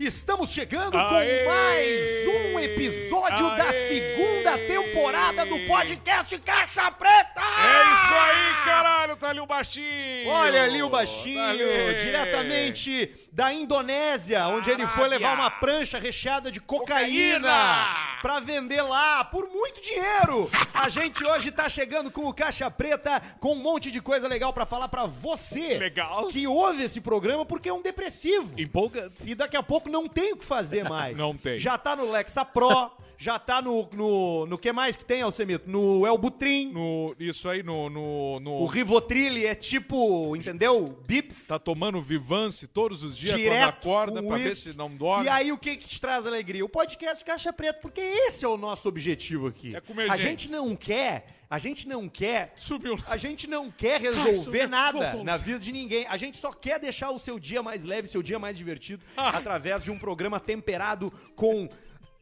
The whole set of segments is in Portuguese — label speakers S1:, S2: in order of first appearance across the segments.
S1: Estamos chegando
S2: Aê!
S1: com mais um episódio da
S2: Aê!
S1: segunda temporada do podcast Caixa Preta!
S2: É isso aí, caralho, tá ali o baixinho.
S1: Olha ali o
S2: Tá
S1: baixinho,
S2: ali.
S1: diretamente da Indonésia, onde ele foi
S2: Arábia.
S1: levar uma prancha recheada de cocaína,
S2: Cocaína.
S1: pra vender lá por muito dinheiro. A gente hoje tá chegando com o Caixa Preta com um monte de coisa legal pra falar pra você.
S2: Legal.
S1: Que ouve esse programa porque é um depressivo.
S2: Empolgante.
S1: E daqui a pouco não tem o que fazer mais.
S2: Não tem.
S1: Já tá no Lexa Pro, já tá no. No, no que mais que tem, Alcemito? No Elbutrin.
S2: No, isso aí, no... no, no-
S1: O Rivotril é tipo, entendeu? Bips.
S2: Tá tomando Vivance todos os dias
S1: direto.
S2: quando acorda
S1: com
S2: pra ver
S1: uísque.
S2: se não dorme.
S1: E aí o que que te traz alegria? O podcast Caixa Preta, porque esse é o nosso objetivo aqui.
S2: É comer
S1: a
S2: gente.
S1: gente não quer, a gente não quer
S2: Subiu.
S1: a gente não quer
S2: Ai, isso
S1: resolver
S2: mesmo.
S1: nada
S2: Voltou.
S1: na vida de ninguém. A gente só quer deixar o seu dia mais leve, seu dia mais divertido, através de um programa temperado com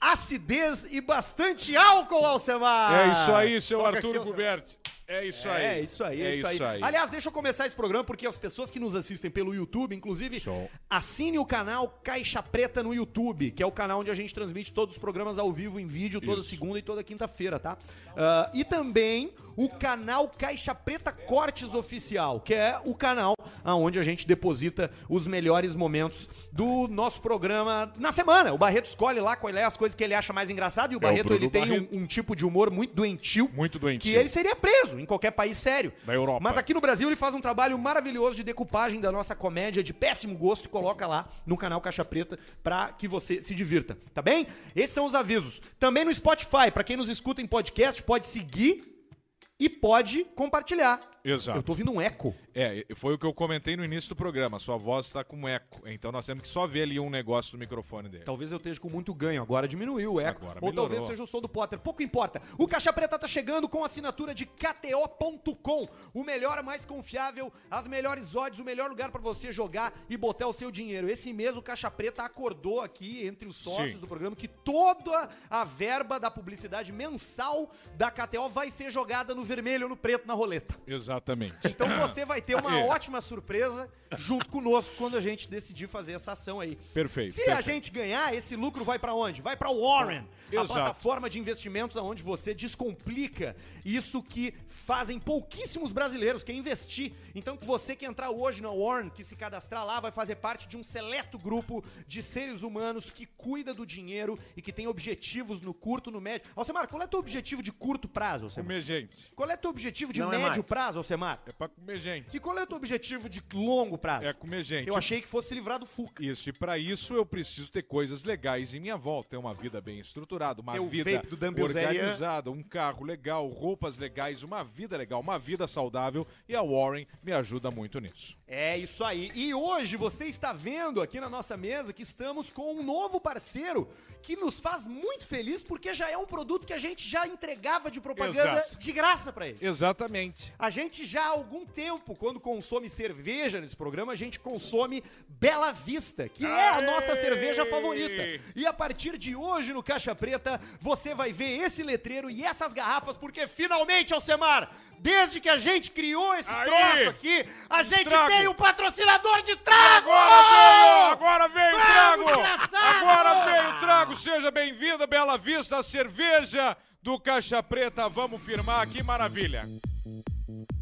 S1: acidez e bastante álcool, Alcemar!
S2: É isso aí, seu
S1: Ah, Toca
S2: Arthur
S1: aqui, Alcemar.
S2: Guberti. É isso aí.
S1: É isso aí, é, isso, aí. Aliás, deixa eu começar esse programa porque as pessoas que nos assistem pelo YouTube, inclusive,
S2: Show.
S1: assine o canal Caixa Preta no YouTube, que é o canal onde a gente transmite todos os programas ao vivo em vídeo toda
S2: Isso.
S1: segunda e toda quinta-feira, tá? Ah, e também o canal Caixa Preta Cortes Oficial, que é o canal onde a gente deposita os melhores momentos do nosso programa na semana. O Barreto escolhe lá qual é as coisas que ele acha mais engraçado e o
S2: É, o
S1: Barreto ele
S2: Bruno
S1: tem um,
S2: Barreto.
S1: um tipo de humor muito doentio.
S2: Muito doentio.
S1: Que ele seria preso em qualquer país sério.
S2: Da Europa.
S1: Mas aqui no Brasil ele faz um trabalho maravilhoso de decupagem da nossa comédia de péssimo gosto e coloca lá no canal Caixa Preta pra que você se divirta, tá bem? Esses são os avisos. Também no Spotify, pra quem nos escuta em podcast, pode seguir e pode compartilhar.
S2: Exato.
S1: Eu tô ouvindo um eco.
S2: É, e- foi o que eu comentei no início do programa. Sua voz tá com eco. Então nós temos que só ver ali um negócio do microfone dele.
S1: Talvez eu esteja com muito ganho. Agora diminuiu o eco.
S2: É. Agora
S1: Ou
S2: melhorou.
S1: talvez seja o som do Potter. Pouco importa. O Caixa Preta tá chegando com a assinatura de KTO.com. O melhor, mais confiável, as melhores odds, o melhor lugar pra você jogar e botar o seu dinheiro. Esse mês o Caixa Preta acordou aqui entre os sócios
S2: Sim.
S1: do programa que toda a verba da publicidade mensal da KTO vai ser jogada no vermelho ou no preto na roleta.
S2: Exatamente.
S1: Então você vai ter uma
S2: Aí.
S1: ótima surpresa junto conosco quando a gente decidir fazer essa ação aí.
S2: Perfeito,
S1: Se a
S2: perfeito.
S1: gente ganhar, esse lucro vai pra onde? Vai pra Warren, a
S2: Exato.
S1: plataforma de investimentos onde você descomplica isso que fazem pouquíssimos brasileiros, que é investir. Então que você que entrar hoje na Warren, que se cadastrar lá, vai fazer parte de um seleto grupo de seres humanos que cuida do dinheiro e que tem objetivos no curto, no médio. Alcemar, qual é o teu objetivo de curto prazo, Alcemar?
S2: Comer gente.
S1: Qual é o teu objetivo de
S3: Não é
S1: médio
S3: mais.
S1: prazo, Alcemar?
S2: É pra comer gente.
S1: Que qual é o teu objetivo de longo prazo?
S2: É comer gente.
S1: Eu achei que fosse se livrar do Fuca.
S2: Isso, e pra isso eu preciso ter coisas legais em minha volta. Ter uma vida bem estruturada, uma
S1: Ter o
S2: vida
S1: vape do Dan Bilzerian.
S2: organizada, um carro legal, roupas legais, uma vida legal, uma vida saudável. E a Warren me ajuda muito nisso.
S1: É isso aí. E hoje você está vendo aqui na nossa mesa que estamos com um novo parceiro que nos faz muito feliz porque já é um produto que a gente já entregava de propaganda
S2: Exato.
S1: de graça pra eles.
S2: Exatamente.
S1: A gente já há algum tempo, quando consome cerveja nesse programa, a gente consome Bela Vista, que é a
S2: Aê!
S1: nossa cerveja favorita. E a partir de hoje no Caixa Preta, você vai ver esse letreiro e essas garrafas, porque finalmente, Alcemar, desde que a gente criou esse
S2: Aí!
S1: troço aqui, a gente
S2: Trago.
S1: tem um patrocinador de trago!
S2: Agora veio, agora veio o
S1: Vamos,
S2: trago!
S1: desgraçado!
S2: Agora veio o trago! Seja bem-vinda, Bela Vista, a cerveja do Caixa Preta. Vamos firmar, que maravilha!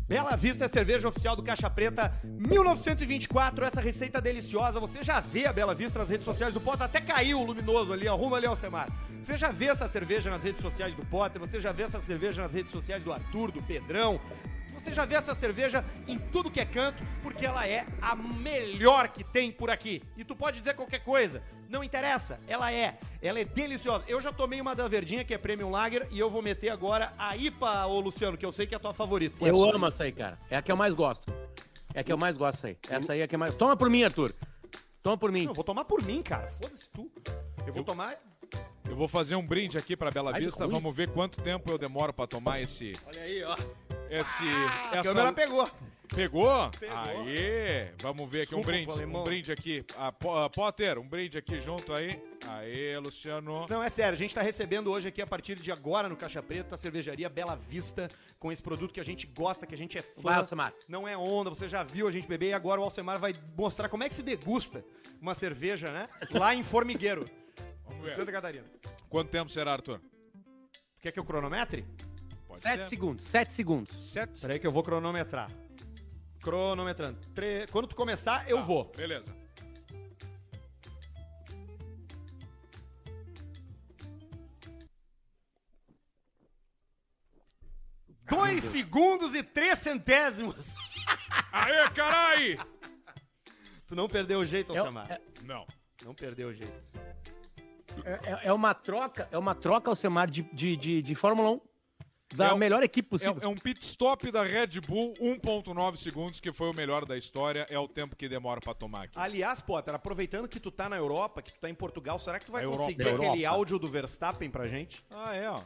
S1: Bela Vista é cerveja oficial do Caixa Preta 1924. Essa receita deliciosa. Você já vê a Bela Vista nas redes sociais do Potter. Até caiu o luminoso ali, ó. Arruma ali, Alcemar. Você já vê essa cerveja nas redes sociais do Potter. Você já vê essa cerveja nas redes sociais do Arthur, do Pedrão. Você já vê essa cerveja em tudo que é canto, porque ela é a melhor que tem por aqui. E tu pode dizer qualquer coisa, não interessa, ela é. Ela é deliciosa. Eu já tomei uma da Verdinha, que é Premium Lager, e eu vou meter agora a IPA, ô Luciano, que eu sei que é a tua favorita.
S3: Eu amo essa aí, cara. É a que eu mais gosto. É a que eu mais gosto essa aí. Essa aí é a que eu mais. Toma por mim, Arthur. Toma por mim.
S1: Não, eu vou tomar por mim, cara. Foda-se tu. Eu vou tomar.
S2: Eu vou fazer um brinde aqui pra Bela
S3: Ai, que
S2: Vista.
S3: ruim.
S2: Vamos ver quanto tempo eu demoro pra tomar esse.
S1: Olha aí, ó.
S2: esse
S1: A Ah, câmera pegou.
S2: Pegou?
S1: Pegou.
S2: Aê! Vamos ver aqui
S1: Desculpa,
S2: um brinde.
S1: alemão.
S2: Um brinde aqui. Ah, Po- ah, Potter, um brinde aqui junto aí. Aê, Luciano.
S1: Não, é sério, a gente tá recebendo hoje aqui, a partir de agora no Caixa Preta, a cervejaria Bela Vista, com esse produto que a gente gosta, que a gente é fã.
S3: Vai, Alcemar.
S1: Não é onda, você já viu a gente beber e agora o Alcemar vai mostrar como é que se degusta uma cerveja, né? Lá em Formigueiro,
S2: Vamos
S1: em
S2: ver.
S1: Santa Catarina.
S2: Quanto tempo será, Arthur?
S1: Tu quer que eu cronometre?
S2: Pode
S3: Sete
S2: ser.
S3: segundos, sete segundos.
S2: Sete
S1: Peraí que eu vou cronometrar. Cronometrando. Tre- Quando tu começar, eu vou.
S2: Beleza.
S1: Dois segundos e três centésimos.
S2: Aê, carai!
S1: Tu não perdeu o jeito,
S3: É,
S1: Alcemar.
S3: é-
S2: Não.
S1: Não perdeu o jeito.
S3: é- é uma troca, é uma troca, Alcemar, de, de, de, de Fórmula 1. Da
S2: É um-
S3: melhor
S2: É,
S3: equipe possível.
S2: é um pit stop da Red Bull, 1.9 segundos, que foi o melhor da história. É o tempo que demora pra tomar aqui.
S1: Aliás, Potter, aproveitando que tu tá na Europa, que tu tá em Portugal, será que tu vai
S2: A Europa.
S1: conseguir
S3: Europa.
S1: aquele áudio do Verstappen pra gente?
S2: Ah, é, ó.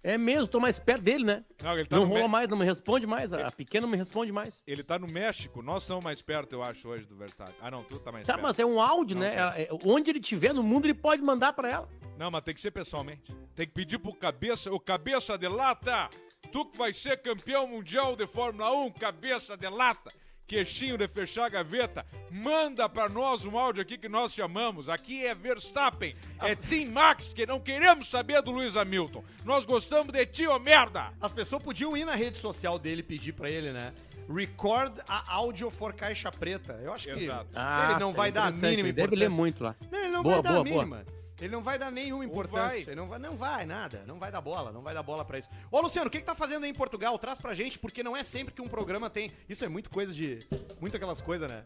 S3: É mesmo, tô mais perto dele, né?
S2: Não, ele tá
S3: não
S2: no
S3: rola
S2: me-
S3: mais, não me responde mais. A, a pequena não me responde mais.
S2: Ele tá no México. Nós estamos mais perto, eu acho, hoje do Verstappen. Ah, não, tu tá mais
S3: Tá,
S2: perto.
S3: mas é um áudio,
S2: Não
S3: né?
S2: sei.
S3: Ela- é- onde ele estiver no mundo, ele pode mandar pra ela.
S2: Não, mas tem que ser pessoalmente. Tem que pedir pro cabeça, o cabeça de lata, tu que vai ser campeão mundial de Fórmula 1, cabeça de lata, queixinho de fechar a gaveta, manda pra nós um áudio aqui que nós chamamos. Aqui é Verstappen, é Tim Max, que não queremos saber do Luiz Hamilton. Nós gostamos de ti, ô merda!
S1: As pessoas podiam ir na rede social dele e pedir pra ele, né? Record a áudio for caixa preta. Eu acho que
S2: Exato.
S1: ele não
S3: seria
S1: vai dar a
S3: Ah, interessante,
S1: mínima
S3: Ele deve ler
S1: importância.
S3: muito lá.
S1: Não, ele não
S3: Boa,
S1: vai dar
S3: boa,
S1: a
S3: boa.
S1: mínima. Ele não vai dar nenhuma
S2: vai.
S1: importância. Ele não vai, não vai nada. Não vai dar bola. Não vai dar bola pra isso. Ô, Luciano, o que, que tá fazendo aí em Portugal? Traz pra gente, porque não é sempre que um programa tem. Isso é muito coisa de. Muito aquelas coisas, né?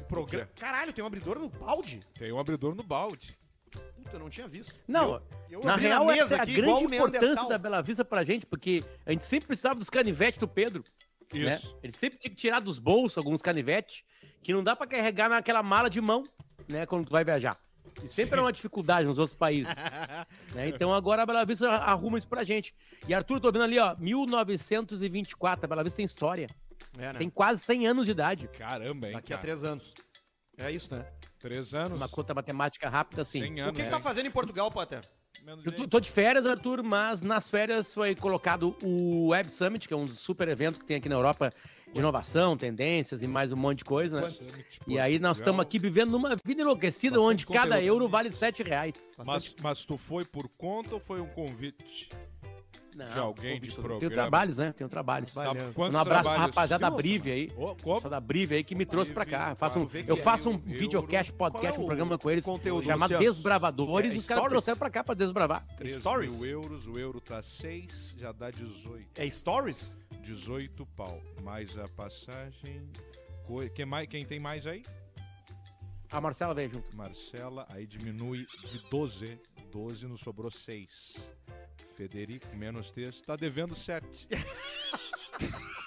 S1: O Programa. Caralho, tem um abridor no balde?
S2: Tem um abridor no balde.
S1: Puta, eu não tinha visto.
S3: Não,
S1: Eu- eu
S3: na
S1: abri a
S3: real,
S1: mesa
S3: essa é a
S1: aqui, igual
S3: grande
S1: o
S3: importância
S1: Neandertal.
S3: da Bela Vista pra gente, porque a gente sempre precisava dos canivetes do Pedro. né?
S2: Isso.
S3: Ele sempre tinha que tirar dos bolsos alguns canivetes, que não dá pra carregar naquela mala de mão, né? Quando tu vai viajar. E sempre era uma dificuldade nos outros países. né? Então agora a Bela Vista arruma isso pra gente. E Arthur, tô vendo ali, ó, 1924, a Bela Vista tem história.
S1: É, né?
S3: Tem quase 100 anos de idade.
S2: Né? Caramba, hein,
S1: Daqui a
S2: cara.
S1: três anos. É isso, né?
S2: Três anos.
S3: Uma conta matemática rápida assim.
S2: 100
S1: O
S2: anos.
S1: que, que
S2: né?
S1: tá fazendo em Portugal, Potter?
S2: Menos
S3: Eu
S2: gente.
S3: tô, tô de férias, Arthur, mas nas férias foi colocado o Web Summit, que é um super evento que tem aqui na Europa de inovação, tendências e mais um monte de coisa, né? E aí nós estamos aqui vivendo numa vida enlouquecida
S1: Bastante
S3: onde cada
S1: conteúdo.
S3: euro vale sete reais.
S2: Mas, mas tu foi por conta ou foi um convite?
S3: Não,
S2: De alguém de
S3: Tem
S2: programa.
S3: trabalhos, né? Tem trabalhos.
S1: Vai. Trabalhando.
S2: Tá, quantos
S3: Um abraço pra
S2: trabalhos?
S3: rapaziada da
S1: Nossa,
S3: Brive aí.
S2: Ô,
S3: Só da Brive aí que me trouxe pra cá.
S2: Brive,
S3: Eu faço um-
S2: claro, vê que
S3: eu
S2: é
S3: faço um
S2: euro.
S3: videocast, podcast,
S1: Qual é o
S3: um programa com eles
S1: conteúdo,
S3: chamado
S1: Luciano?
S3: Desbravadores.
S1: É,
S3: e os caras
S1: stories?
S3: trouxeram pra cá pra desbravar.
S2: 3
S1: Stories?
S2: mil euros, o euro tá 6, já dá 18.
S1: É stories?
S2: 18 pau. Mais a passagem. coi- Quem, mais, quem tem mais aí?
S3: A Marcela veio junto.
S2: Marcela, aí diminui de 12. 12 nos sobrou 6. Federico, menos 3, tá devendo 7.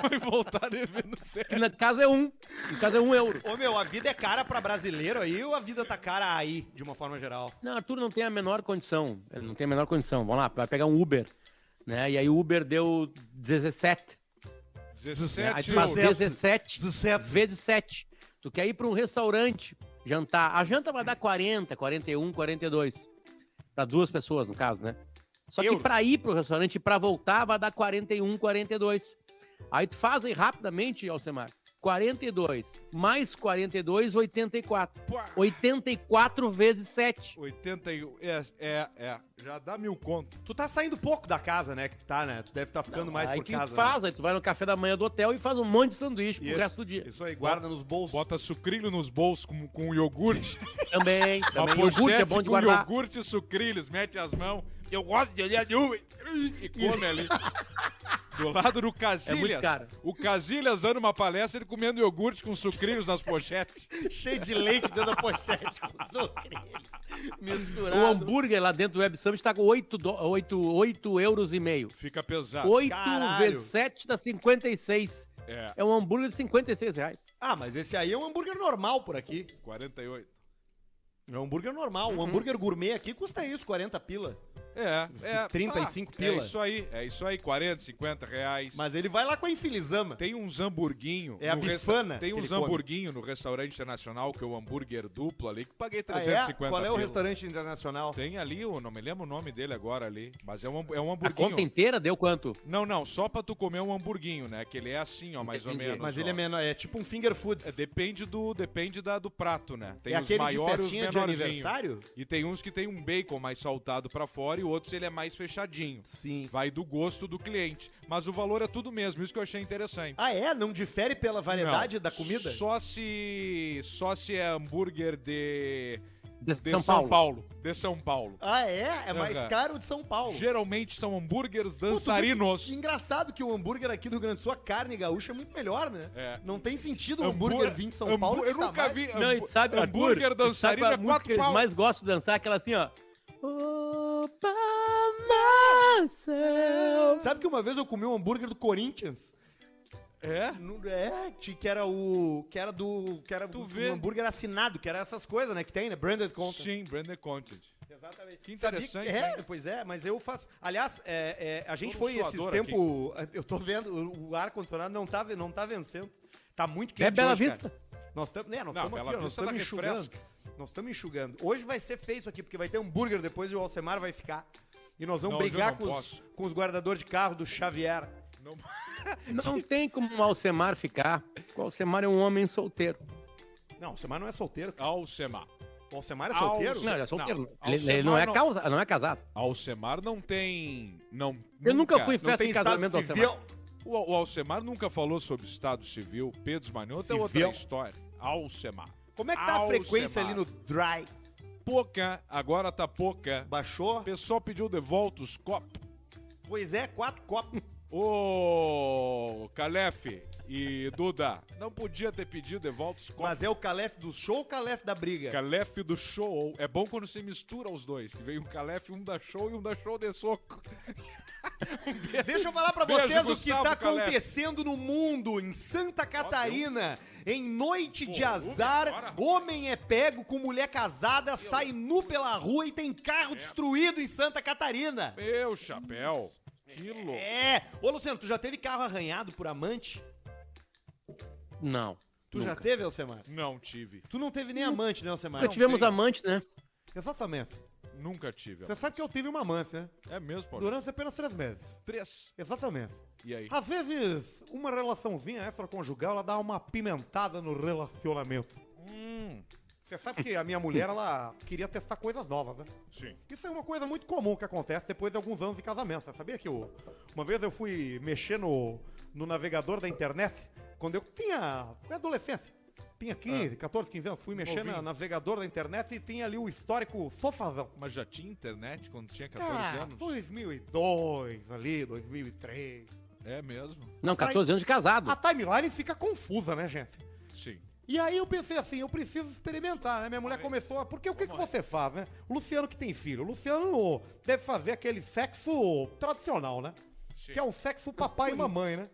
S2: Vai voltar devendo 7.
S3: Que na casa é um. Em casa é um euro.
S1: Ô, meu, a vida é cara pra brasileiro aí ou a vida tá cara aí, de uma forma geral?
S3: Não, Arthur não tem a menor condição. Ele não tem a menor condição. Vamos lá, vai pegar um Uber. Né? E aí o Uber deu 17. né? Aí
S2: 17
S3: tu faz
S2: euros.
S3: 17
S1: 17.
S3: vezes 7. Tu quer ir para um restaurante jantar. A janta vai dar 40, 41, 42. Para duas pessoas, no caso, né? Só que
S1: Euros.
S3: para ir para o restaurante e para voltar vai dar 41, 42. Aí tu faz aí rapidamente, Alcemar. 42 mais 42, 84.
S2: Pá.
S3: 84 vezes 7.
S2: 81. É, é, é. Já dá mil conto.
S1: Tu tá saindo pouco da casa, né? Que tu tá, né? Tu deve estar tá ficando mais
S3: aí
S1: por
S3: que
S1: casa.
S3: tu
S1: né?
S3: faz, aí tu vai no café da manhã do hotel e faz um monte de sanduíche pro
S1: Isso,
S3: resto do dia.
S1: né? Isso aí, guarda nos bolsos.
S2: Bota sucrilho nos bolsos com, com iogurte.
S3: Também,
S2: Uma
S3: também
S2: pochete
S3: iogurte é bom de
S2: com
S3: guardar.
S2: iogurte e sucrilhos. Mete as mãos. Eu gosto de olhar de uva. E come ali. Do lado do
S1: É
S2: Casilhas.
S3: caro.
S2: o Casilhas dando uma palestra, ele comendo iogurte com sucrilhos nas pochetes.
S1: Cheio de leite dentro da pochete com Um sucrilhos.
S3: O
S1: Misturado.
S3: hambúrguer lá dentro do Web Summit tá com 8, do... 8, 8 euros e meio.
S2: Fica pesado.
S3: 8
S1: caralho.
S3: vezes 7 dá 56.
S2: É,
S3: É um hambúrguer de 56 reais.
S1: Ah, mas esse aí é um hambúrguer normal por aqui.
S2: 48. Uhum.
S1: É um hambúrguer normal. Um hambúrguer gourmet aqui custa isso, 40 pila.
S2: É, é.
S1: 35
S2: ah,
S1: pila.
S2: É isso aí, é isso aí, 40, 50 reais.
S1: Mas ele vai lá com a infilizama.
S2: Tem uns hamburguinho.
S1: É a
S2: no resta-
S1: bifana
S2: Tem
S1: que ele
S2: uns
S1: come.
S2: hamburguinho no restaurante internacional, que é o hambúrguer duplo ali, que paguei
S1: Ah, é?
S2: 350
S1: Qual é o
S2: pila.
S1: restaurante internacional?
S2: Tem ali, eu não me lembro o nome dele agora ali, mas é um, hambu- é um
S3: A
S2: hamburguinho.
S3: conta inteira deu quanto?
S2: Não, não, só pra tu comer um hamburguinho, né? Que ele é assim, ó, mais
S3: Entendi.
S2: ou menos.
S1: Mas
S2: ó.
S1: ele é menor, é tipo um finger foods.
S2: É, depende do, depende da, do prato, né? Tem
S1: é
S2: os
S1: aquele de
S2: maiores e os
S1: festinha de
S2: menorzinhos.
S1: aniversário?
S2: E tem uns que tem um bacon mais saltado pra fora e outros ele é mais fechadinho.
S1: Sim.
S2: Vai do gosto do cliente. Mas o valor é tudo mesmo, isso que eu achei interessante.
S1: Ah, é? Não difere pela variedade
S2: Não,
S1: Ah, da comida?
S2: Só se. Só se é hambúrguer de.
S3: De,
S2: De
S3: São, Paulo.
S2: De São Paulo.
S1: Ah, é? É mais
S2: Aham.
S1: caro de São Paulo.
S2: Geralmente são hambúrgueres
S1: Pô, tu vê que-
S2: dançarinos.
S1: que Engraçado que o hambúrguer aqui do Rio Grande do Sul, a carne gaúcha é muito melhor, né?
S2: É.
S1: Não tem sentido um
S2: Hambúrguer-
S1: hambúrguer vir de São
S2: hambú-
S1: Paulo.
S2: Eu
S1: custar
S2: nunca
S1: mais.
S2: vi.
S3: Não, e
S2: hambú-
S3: tu sabe,
S2: hambúrguer
S3: Arthur, tu sabe
S2: dançarino
S3: qual
S2: é
S3: a música que
S2: quatro
S3: eles
S2: pau.
S3: mais gostam de dançar? Aquela assim, ó. Opa, myself.
S1: Sabe que uma vez eu comi um hambúrguer do Corinthians?
S2: É?
S1: No- É, ti- que era o. Que era do. Que era
S2: Tu
S1: um
S2: vê.
S1: hambúrguer assinado, que era essas coisas, né? Que tem, né? Branded content.
S2: Sim, branded content.
S1: Exatamente.
S2: Que
S1: Sabia
S2: interessante,
S1: é, pois é, mas eu faço. Aliás, é, é, a gente
S2: Todo
S1: foi esses
S2: suador
S1: tempo. Eu tô vendo, o- o ar-condicionado não tá, ve- não tá vencendo. Tá muito quente.
S3: É Bela
S1: hoje,
S3: Vista.
S1: cara. Nós estamos né, nós
S2: Não,
S1: tamo aqui,
S2: Bela
S1: ó, nós
S2: Vista tá dá
S1: estamos enxugando.
S2: refresca.
S1: Nós estamos enxugando. Hoje vai ser feio isso aqui, porque vai ter hambúrguer depois e o Alcemar vai ficar. E nós vamos
S2: Não, hoje eu
S1: brigar
S2: não
S1: com os,
S2: posso.
S1: com os guardadores de carro do Xavier.
S2: Não-
S3: Não tem como o Alcemar ficar. O Alcemar é um homem solteiro.
S1: Não, o Alcemar não é solteiro. cara.
S2: Alcemar.
S1: O Alcemar é
S2: Al-
S1: solteiro?
S3: Não, ele é solteiro.
S2: Não,
S3: ele, ele
S2: Alcemar
S3: não, é
S2: não-
S3: causa, não é casado.
S2: Alcemar não tem. Não,
S3: Eu nunca fui em
S1: Não
S3: festa
S1: tem
S3: de
S1: estado
S3: casamento do Alcemar.
S1: civil.
S2: O, o Alcemar nunca falou sobre Estado Civil. Pedro Manioto é
S1: Civil.
S2: outra história. Alcemar.
S1: Como é que tá a frequência ali
S2: Alcemar.
S1: no dry?
S2: Pouca, agora tá pouca.
S1: Baixou?
S2: O pessoal pediu de volta os copos.
S1: Pois é, quatro copos.
S2: Ô, Calef e Duda, não podia ter pedido de volta os copos.
S1: Mas é o Calef do show ou o Calef da briga?
S2: Calef do show. É bom quando você mistura os dois, que veio um Calef, um da show e um da show de soco.
S1: Deixa eu falar pra
S2: Beijo,
S1: vocês o que
S2: Gustavo
S1: tá
S2: Calef.
S1: acontecendo no mundo, em Santa Catarina. Em noite de
S2: Pô,
S1: azar,
S2: agora-
S1: homem é pego com mulher casada, sai nu pela rua e tem carro destruído em Santa Catarina.
S2: É. Meu chapéu. Que louco.
S1: É. Ô, Luciano, tu já teve carro arranhado por amante?
S3: Não.
S1: Tu já
S3: nunca.
S1: teve, Alcemar?
S2: Não tive.
S1: Tu não teve nem amante, né, Alcemar?
S3: Nunca tivemos
S2: tenho.
S3: amante, né?
S1: Exatamente.
S2: Nunca tive.
S1: Você sabe que eu tive uma amante, né?
S2: É mesmo, Paulo?
S1: Durante apenas três meses.
S2: Três.
S1: Exatamente.
S2: E aí?
S1: Às vezes, uma relaçãozinha extraconjugal, ela dá uma pimentada no relacionamento.
S2: Hum,
S1: Você sabe que a minha mulher, ela queria testar coisas novas, né?
S2: sim.
S1: Isso é uma coisa muito comum que acontece depois de alguns anos de casamento. Você sabia que eu, uma vez eu fui mexer no, no navegador da internet, quando eu tinha adolescência. Tinha 15, 14, 15 anos. Fui mexer no
S2: Novinho.
S1: navegador da internet e tinha ali o histórico sofazão.
S2: Mas já tinha internet quando tinha 14
S1: Ah,
S2: anos?
S1: 2002 ali, 2003.
S2: É mesmo?
S3: Não, 14 anos de casado.
S1: A timeline fica confusa, né, gente?
S2: Sim.
S1: E aí eu pensei assim, eu preciso experimentar, né? Minha mulher começou a... Porque o que, que você faz, né? O Luciano que tem filho. O Luciano deve fazer aquele sexo tradicional, né?
S2: Sim.
S1: Que é o sexo papai e mamãe, né?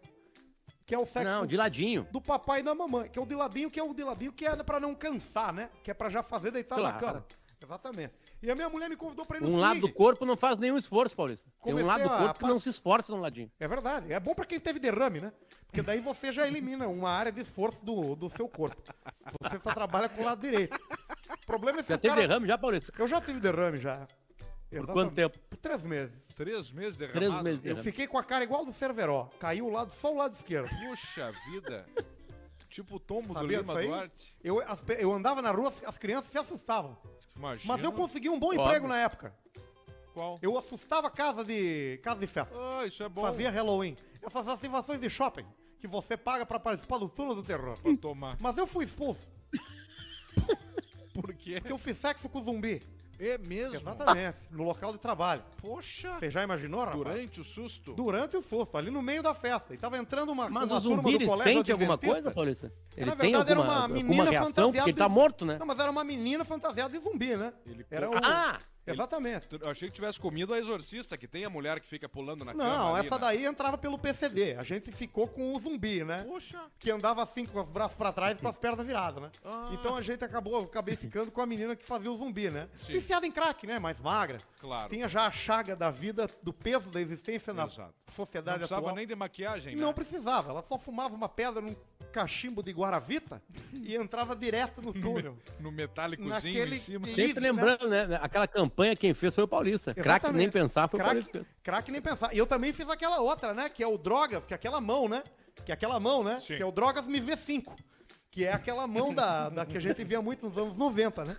S1: Que é o sexo
S3: Não, de ladinho.
S1: do papai e da mamãe. Que é o de ladinho, que é o de ladinho que é pra não cansar, né? Que é pra já fazer deitar na
S3: Claro.
S1: cama. Exatamente. E a minha mulher me convidou pra ir no
S3: Um lado
S1: swing.
S3: do corpo não faz nenhum esforço, Paulista. Tem um
S1: Comecei
S3: lado do
S1: a
S3: corpo que
S1: par-
S3: não se esforça no ladinho.
S1: É verdade. É bom pra quem teve derrame, né? Porque daí você já elimina uma área de esforço do, do seu corpo. Você só trabalha com o lado direito. O problema é se
S3: Já
S1: o
S3: teve
S1: cara...
S3: derrame já, Paulista?
S1: Eu já tive derrame já. Por
S3: quanto tempo?
S1: Por três meses.
S2: Três meses derramado?
S3: Três meses de
S1: Eu
S3: derrame.
S1: fiquei com a cara igual do Cerveró. Caiu o lado, só o lado esquerdo.
S2: Puxa vida. tipo o tombo
S1: Sabia
S2: do
S1: disso
S2: Lima
S1: aí?
S2: Duarte.
S1: Eu, as pe- eu andava na rua, as crianças se assustavam.
S2: Imagina.
S1: Mas eu consegui um bom
S3: Óbvio.
S1: emprego na época.
S2: Qual?
S1: Eu assustava casa de casa de festa.
S2: Ah, isso é bom.
S1: Fazia Halloween. Essas ativações de shopping que você paga pra participar do turno do terror.
S2: Pra tomar.
S1: Mas eu fui expulso,
S2: Por quê?
S1: porque eu fiz sexo com zumbi.
S2: É mesmo?
S1: Exatamente, no local de trabalho.
S2: Poxa.
S1: Você já imaginou, rapaz?
S2: Durante o susto?
S1: Durante o susto, ali no meio da festa. E tava entrando uma,
S3: Mas
S1: uma
S3: o zumbi ele sente alguma
S1: adventista.
S3: coisa,
S1: É,
S3: Paulista? Ele
S1: Na
S3: tem
S1: verdade, era
S3: alguma,
S1: uma
S3: alguma
S1: menina
S3: reação?
S1: fantasiada
S3: Porque ele
S1: de-
S3: tá morto, né?
S1: Não, mas era uma menina fantasiada de zumbi, né?
S2: Ele co-
S1: Era o...
S3: Ah!
S1: Exatamente.
S2: Eu achei que tivesse comido a exorcista, que tem a mulher que fica pulando na cama.
S1: Não,
S2: ali,
S1: essa
S2: né?
S1: daí entrava pelo PCD. A gente ficou com o zumbi, né?
S2: Poxa,
S1: Que andava assim, com os braços pra trás e com as pernas viradas, né?
S2: Ah.
S1: Então a gente acabou, eu acabei ficando com a menina que fazia o zumbi, né?
S2: Sim.
S1: Viciada em crack, né? Mais magra.
S2: Claro.
S1: Tinha já a chaga da vida, do peso da existência na
S2: Exato. não
S1: sociedade
S2: precisava
S1: atual.
S2: nem de maquiagem, né?
S1: Não precisava, ela só fumava uma pedra num cachimbo de Guaravita e entrava direto no túnel.
S2: No metálicozinho
S1: Naquele-
S2: em cima.
S1: Sim.
S3: Sempre lembrando, né? Aquela campanha quem fez foi o Paulista. Craque
S1: Exatamente.
S3: nem pensar foi o
S1: Craque-
S3: Paulista. que fez.
S1: Craque nem pensar. E eu também fiz aquela outra, né? Que é o Drogas, que é aquela mão, né? Que é aquela mão, né?
S2: Sim.
S1: Que é o Drogas Me V5. Que é aquela mão da, da que a gente via muito nos anos 90, né?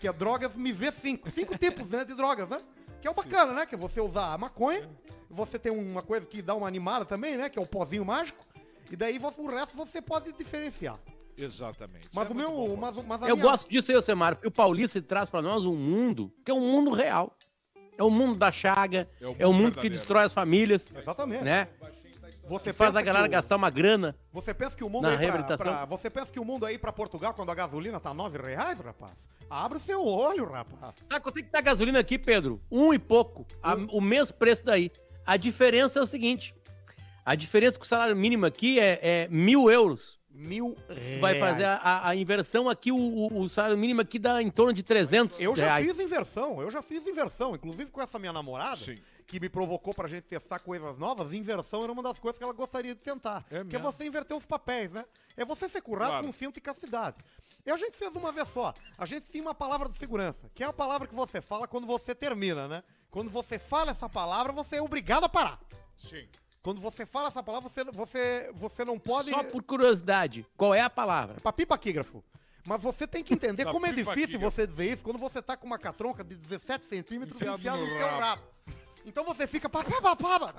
S1: Que é Drogas Me V5. Cinco tipos, né? De drogas, né? Que é o bacana, né? Que é você usar a maconha, você tem uma coisa que dá uma animada também, né? Que é o pozinho mágico. E daí você- o resto você pode diferenciar.
S2: Exatamente.
S1: Mas
S2: É
S1: o
S2: muito
S1: meu.
S2: bom, Paulo.
S1: mas, o- mas a
S3: Eu
S1: minha-
S3: gosto disso aí, Semar, porque o Paulista traz pra nós um mundo que é um mundo real. É o mundo da chaga,
S2: É o mundo
S3: é o mundo que
S2: verdadeiro.
S3: destrói as famílias,
S1: Exatamente.
S3: né?
S1: Você
S3: Que faz
S1: É. pensa
S3: a galera
S1: que o-
S3: gastar uma grana.
S1: Você pensa que o mundo
S3: Na
S1: aí pra-
S3: reabilitação?
S1: pra- você pensa que o mundo aí pra Portugal quando a gasolina tá 9 reais, rapaz? Abre o seu olho, rapaz.
S3: Sabe quanto é que tá a gasolina aqui, Pedro? Um e pouco. A- o mesmo preço daí. A diferença é o seguinte: a diferença é que o salário mínimo aqui é, é mil euros.
S1: Mil reais.
S3: Se tu vai fazer a- a, a inversão aqui, o, o- o salário mínimo aqui dá em torno de 300
S1: Eu já
S3: reais.
S1: fiz inversão, eu já fiz inversão, inclusive com essa minha namorada,
S2: Sim.
S1: que me provocou pra gente testar coisas novas, inversão era uma das coisas que ela gostaria de tentar.
S2: É
S1: que é
S2: mesmo?
S1: você inverter os papéis, né? É você ser curado
S2: Claro.
S1: com cinto e castidade. E a gente fez uma vez só. A gente tinha uma palavra de segurança, que é a palavra que você fala quando você termina, né? Quando você fala essa palavra, você é obrigado a parar.
S2: Sim.
S1: Quando você fala essa palavra, você, você, você não pode.
S3: Só por curiosidade, qual é a palavra?
S1: É papipaquígrafo. Mas você tem que entender como é difícil
S2: Papipaquígrafo.
S1: você dizer isso quando você tá com uma catronca de 17 centímetros
S2: Enfiado
S1: enfiada no
S2: no
S1: seu
S2: rabo.
S1: rabo. Então você fica papapapaba.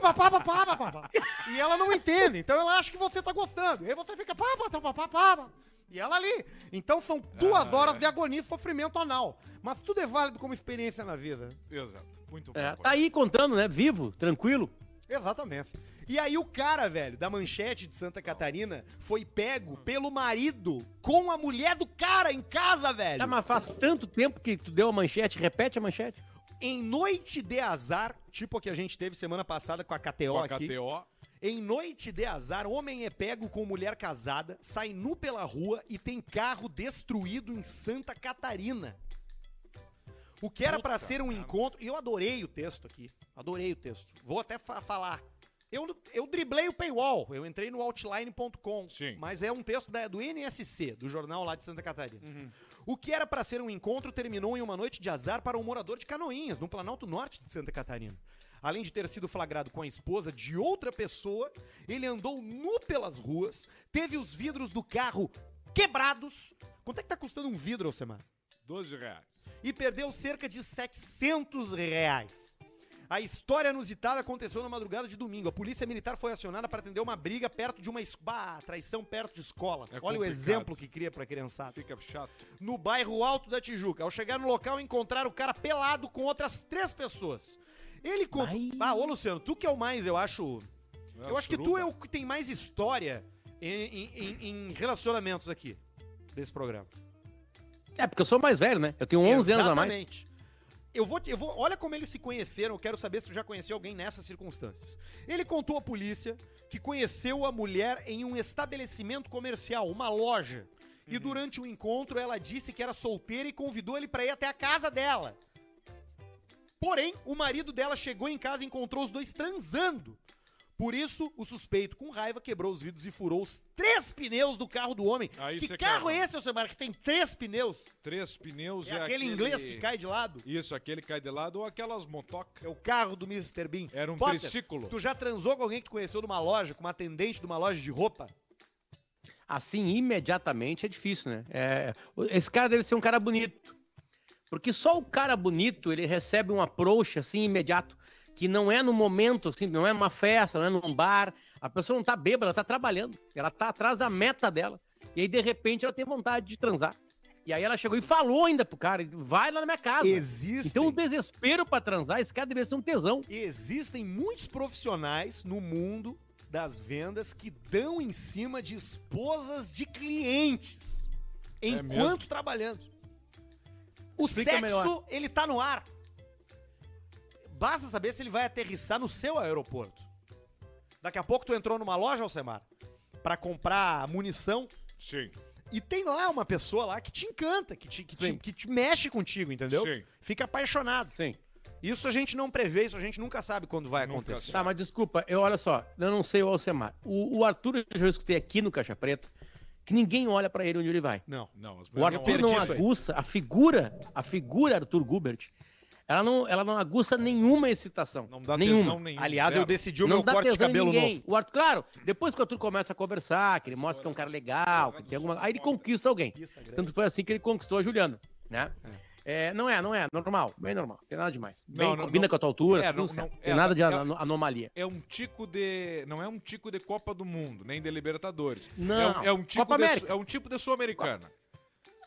S1: Papipapapapaba. E ela não entende. Então ela acha que você tá gostando. E aí você fica papapapapaba. E ela ali. Então são duas horas de agonia e sofrimento anal. Mas tudo é válido como experiência na vida.
S2: Exato. Muito bom.
S3: É,
S2: Paulo.
S3: tá aí contando, né? Vivo, tranquilo.
S1: Exatamente. E aí o cara, velho, da manchete de Santa Catarina foi
S2: Hum.
S1: pego pelo marido com a mulher do cara em casa, velho.
S3: Tá, mas faz tanto tempo que tu deu a manchete, repete a manchete.
S1: Em noite de azar, tipo a que a gente teve semana passada com a KTO
S2: Com a
S1: aqui.
S2: KTO.
S1: Em noite de azar, homem é pego com mulher casada, sai nu pela rua e tem carro destruído em Santa Catarina. O que era pra
S2: Puta
S1: ser um
S2: merda.
S1: encontro, e eu adorei o texto aqui. Adorei o texto. Vou até fa- falar. Eu, eu driblei o paywall, eu entrei no outline.com,
S2: Sim.
S1: mas é um texto da- do NSC, do jornal lá de Santa Catarina.
S2: Uhum.
S1: O que era pra ser um encontro terminou em uma noite de azar para um morador de Canoinhas, no Planalto Norte de Santa Catarina. Além de ter sido flagrado com a esposa de outra pessoa, ele andou nu pelas ruas, teve os vidros do carro quebrados. Quanto é que tá custando um vidro, Alcemar?
S2: 12 reais.
S1: e perdeu cerca de 700 reais. A história inusitada aconteceu na madrugada de domingo. A polícia militar foi acionada para atender uma briga perto de uma es- bah, traição perto de escola.
S2: É
S1: Olha o
S2: complicado.
S1: exemplo que cria para criançada.
S2: Fica chato.
S1: No bairro Alto da Tijuca. Ao chegar no local, encontraram o cara pelado com outras três pessoas. Ele contou.
S3: Ai.
S1: Ah, ô Luciano, tu que é o mais, eu acho. eu acho que tu é o que tem mais história em- em- em- em relacionamentos aqui desse programa.
S3: É, porque eu sou mais velho, né? Eu tenho 11 anos a mais.
S1: Exatamente. Eu vou, te- eu vou. Olha como eles se conheceram. Eu quero saber se tu já conheceu alguém nessas circunstâncias. Ele contou à polícia que conheceu a mulher em um estabelecimento comercial, uma loja. E
S2: Uhum.
S1: durante o encontro ela disse que era solteira e convidou ele pra ir até a casa dela. Porém, o marido dela chegou em casa e encontrou os dois transando. Por isso, o suspeito, com raiva, quebrou os vidros e furou os três pneus do carro do homem.
S2: Aí
S1: que
S2: você
S1: carro
S2: quebra.
S1: é esse, Alcemar, que tem três pneus?
S2: Três pneus
S1: É aquele inglês que cai de lado.
S2: Isso, aquele cai de lado ou aquelas motocas.
S1: É o carro do Mr. Bean.
S2: Era um
S1: Potter,
S2: triciclo.
S1: Tu já transou com alguém que tu conheceu numa loja, com uma atendente de uma loja de roupa?
S3: Assim, imediatamente é difícil, né? É, esse cara deve ser um cara bonito. Porque só o cara bonito, ele recebe um approach, assim, imediato. Que não é no momento, assim, não é numa festa, não é num bar. A pessoa não tá bêbada, ela tá trabalhando. Ela tá atrás da meta dela. E aí, de repente, ela tem vontade de transar. E aí ela chegou e falou ainda pro cara, vai lá na minha casa.
S1: Existem.
S3: Então o desespero pra transar, esse cara deve ser um tesão.
S1: Existem muitos profissionais no mundo das vendas que dão em cima de esposas de clientes enquanto
S2: mesmo?
S1: trabalhando. O
S3: É Explica
S1: sexo,
S3: melhor.
S1: ele tá no ar. Basta saber se ele vai aterrissar no seu aeroporto. Daqui a pouco tu entrou numa loja, Alcemar, pra comprar munição.
S2: Sim.
S1: E tem lá uma pessoa lá que te encanta, que te, que te-
S3: Sim.
S1: que te mexe contigo, entendeu?
S2: Sim.
S1: Fica apaixonado.
S3: Sim.
S1: Isso a gente não prevê, isso a gente nunca sabe quando vai
S2: Nunca
S1: acontecer.
S3: Tá, mas desculpa, eu olha só, eu não sei o Alcemar. O, o Arthur eu já escutei aqui no Caixa Preta que ninguém olha pra ele onde ele vai.
S1: Não.
S2: Não, as
S3: O
S2: mulheres
S3: Arthur
S1: perdi
S3: não,
S1: isso aí.
S3: aguça, a figura, a figura Arthur Gubert, ela não, ela não aguça nenhuma excitação.
S2: Não dá
S3: nenhuma.
S2: tesão nenhuma.
S1: Aliás, eu
S2: zero.
S1: decidi o
S3: não
S1: meu
S3: dá
S1: corte de
S3: tesão em
S1: cabelo
S3: ninguém.
S1: novo.
S3: O Arthur, claro, depois que o Arthur começa a conversar, que ele mostra que é um cara legal, que tem alguma. Aí ele conquista alguém.
S1: é
S2: é
S3: Tanto foi assim que ele conquistou a Juliana, né? É, não é, não é. Normal, bem normal. Tem nada demais. Bem,
S2: Não, não,
S3: combina
S2: não.
S3: com a tua altura,
S2: É,
S3: tudo
S2: não-
S3: certo.
S2: não-
S3: tem
S2: é,
S3: nada de
S2: é-
S3: ano- anomalia.
S2: É um tico de. Não é um tico de Copa do Mundo, nem de Libertadores. É
S3: Não.
S2: um, é um tico
S3: Copa
S2: de,
S3: América.
S2: É um tipo de Sul-Americana.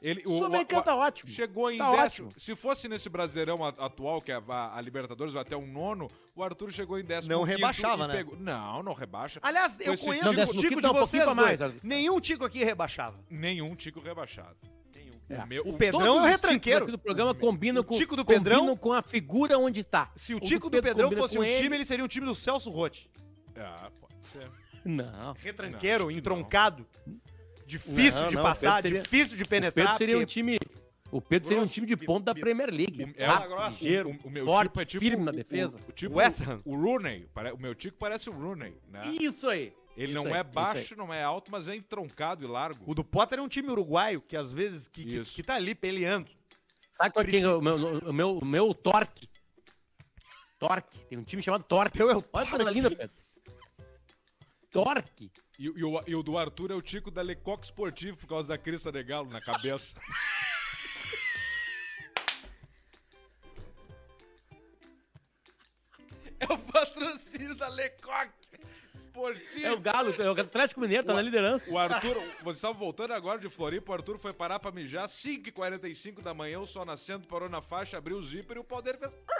S2: Ele, o-
S3: O Sul-Americano tá ótimo.
S2: Chegou em
S3: Tá
S2: décimo.
S3: ótimo.
S2: Se fosse nesse Brasileirão a- atual, que é a, a Libertadores vai até o nono, o Arthur chegou em décimo.
S1: Não
S2: quinto
S1: rebaixava,
S2: e
S1: né?
S2: pegou- Não, não rebaixa.
S1: Aliás, eu
S2: Esse
S1: conheço
S2: tico-
S1: o
S2: Não,
S1: tico,
S3: décimo quinto
S1: de
S3: dá um
S1: vocês
S3: pouquinho pra
S1: dois.
S3: mais, Arthur.
S1: Nenhum tico aqui rebaixava.
S2: Nenhum tico rebaixado.
S3: É.
S2: O meu,
S1: O
S2: o
S1: Pedrão
S3: Todos
S1: é um
S3: os
S1: retranqueiro.
S3: tipos aqui do programa combinam com,
S1: tico do
S3: combinam
S1: Pedrão-
S3: com a figura onde tá.
S1: Se o
S3: do
S1: tico do
S3: Pedro
S1: Pedrão
S3: combina
S1: fosse
S3: com
S1: um time, ele seria um time do Celso Rotti.
S2: Ah, pode ser.
S3: Não.
S1: Retranqueiro,
S2: Não, acho que
S1: entroncado. Difícil
S3: Não,
S1: de
S3: não, o
S1: passar,
S3: Pedro seria-
S1: difícil de
S3: O Pedro
S1: penetrar.
S3: seria um
S1: porque-
S3: time. O Pedro seria um
S1: Grosso,
S3: time de
S1: pi-
S3: ponto da
S1: pi-
S3: Premier League.
S1: tá
S2: É
S3: Rápido,
S1: grossa.
S3: ligeiro,
S2: O, o meu
S3: forte,
S2: tipo é tipo.
S3: firme na
S2: o- o-
S3: defesa.
S2: O, tipo,
S1: West Ham.
S2: O Rooney. pare- O meu tico parece o Rooney, né?
S1: É.
S3: Isso aí.
S2: Ele
S3: Isso
S2: não
S3: aí,
S2: é
S3: isso aí.
S2: baixo, não é alto, mas é entroncado e largo.
S1: O do Potter é um time uruguaio, que às vezes que, que,
S2: Isso.
S1: que tá ali peleando.
S3: Sabe qual é que é
S1: Preci-
S3: o meu, o meu, o meu Torque? Torque. Tem um time chamado Torque.
S1: Teu é o
S3: Olha que coisa linda, Pedro. Torque.
S2: E, e o, e o do Arthur é o tico da Lecoque Esportivo por causa da crista de galo na cabeça. é o patrocínio da Lecoque Esportivo.
S3: É o Galo, é o Atlético Mineiro, tá na liderança.
S2: O Arthur, você estava voltando agora de Floripa, o Arthur foi parar pra mijar, 5h45 da manhã, o sol nascendo, parou na faixa, abriu o zíper e o pau dele fez...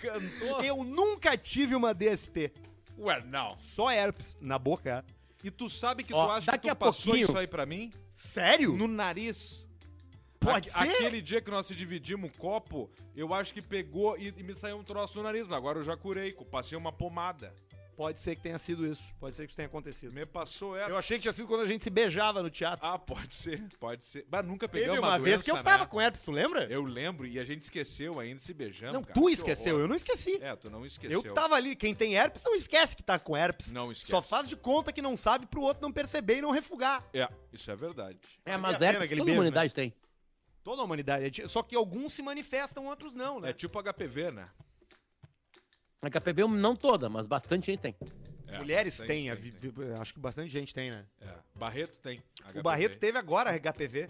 S2: Cantou.
S1: Eu nunca tive uma DST.
S2: Ué, não.
S1: Só herpes na boca. é.
S2: E tu sabe que
S3: Ó,
S2: tu acha que
S3: daqui
S2: tu
S3: a
S2: passou
S3: pouquinho-
S2: isso aí pra mim?
S1: Sério?
S2: No nariz. Aque-
S1: Pode ser?
S2: Aquele dia que nós se dividimos o copo, eu acho que pegou e, e me saiu um troço no nariz. Mas agora eu já curei, co- passei uma pomada.
S1: Pode ser que tenha sido isso. Pode ser que isso tenha acontecido.
S2: Me passou ela.
S1: Eu achei que tinha sido quando a gente se beijava no teatro.
S2: Ah, pode ser, pode ser. Mas nunca peguei
S1: Teve uma,
S2: uma,
S1: vez
S2: doença,
S1: que eu tava
S2: né?
S1: com herpes, tu lembra?
S2: Eu lembro e a gente esqueceu ainda, se beijamos.
S1: não,
S2: cara,
S1: tu
S2: que
S1: esqueceu,
S2: horror.
S1: eu não esqueci.
S2: É, tu não esqueceu.
S1: eu tava ali. Quem tem herpes não esquece que tá com herpes.
S2: Não esquece.
S1: Só faz de conta que não sabe pro outro não perceber e não refugar.
S2: É, isso é verdade.
S3: É,
S1: Vale a
S3: mas
S1: pena
S3: é,
S1: aquele né?
S3: toda
S1: beijo,
S3: humanidade tem.
S1: Toda a humanidade. é di- Só que alguns se manifestam, outros não, né?
S2: É tipo HPV, né?
S3: A KPB não toda, mas bastante gente tem.
S2: É,
S1: Mulheres
S2: bastante
S1: têm, a
S2: tem,
S1: vi-
S2: tem.
S1: vi- acho que bastante gente tem, né?
S2: É, Barreto tem. HPV,
S1: O Barreto teve agora HPV.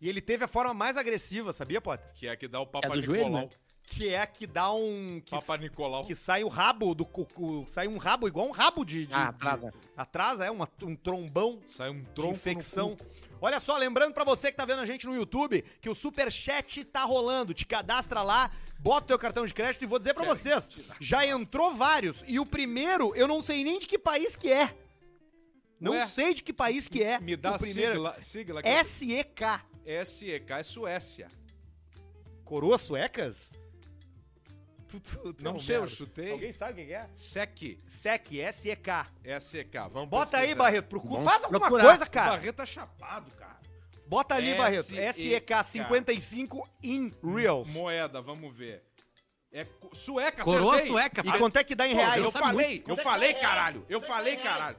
S1: E ele teve a forma mais agressiva, sabia, Potter?
S2: Que é a que dá o Papa
S3: do
S2: Nicolau.
S3: joelho, né?
S1: Que é a que dá um. Que,
S2: Papa Nicolau.
S1: que sai o rabo do cucu. Sai um rabo igual um rabo de. de-
S3: Ah,
S1: de-
S3: atrasa.
S1: atrasa, é uma- um trombão.
S2: Sai um
S1: de
S2: tronco
S1: infecção.
S2: No cu.
S1: Olha só, lembrando pra você que tá vendo a gente no YouTube que o Superchat tá rolando. Te cadastra lá, bota o teu cartão de crédito e vou dizer pra vocês, já entrou vários e o primeiro eu não sei nem de que país que é. Não
S2: Ué,
S1: sei de que país que é.
S2: Me dá
S1: o primeiro.
S2: sigla, sigla que é
S1: SEK.
S2: SEK é Suécia.
S1: Coroa suecas? Tu- tu- tu é
S2: Não
S1: um
S2: sei, eu
S1: merda.
S2: chutei.
S1: Alguém sabe o que é?
S2: SEC,
S1: SEC, SEK.
S2: SEK. Vamos
S1: Bota aí,
S2: pesquisar.
S1: Barreto, pro cu.
S3: Vamos
S1: Faz alguma
S3: procurar.
S1: coisa,
S2: O
S1: cara.
S2: Barreto tá chapado, cara.
S1: Bota ali, Barreto.
S2: SEK.
S1: SEK55 in Reals.
S2: Moeda, vamos ver. É cu- sueca,
S3: Coroa
S2: acertei.
S3: sueca,
S1: E quanto é que dá em
S2: Pô,
S1: reais?
S2: eu
S3: sabe
S2: falei,
S3: muito. é
S2: eu falei, caralho. Eu falei, caralho.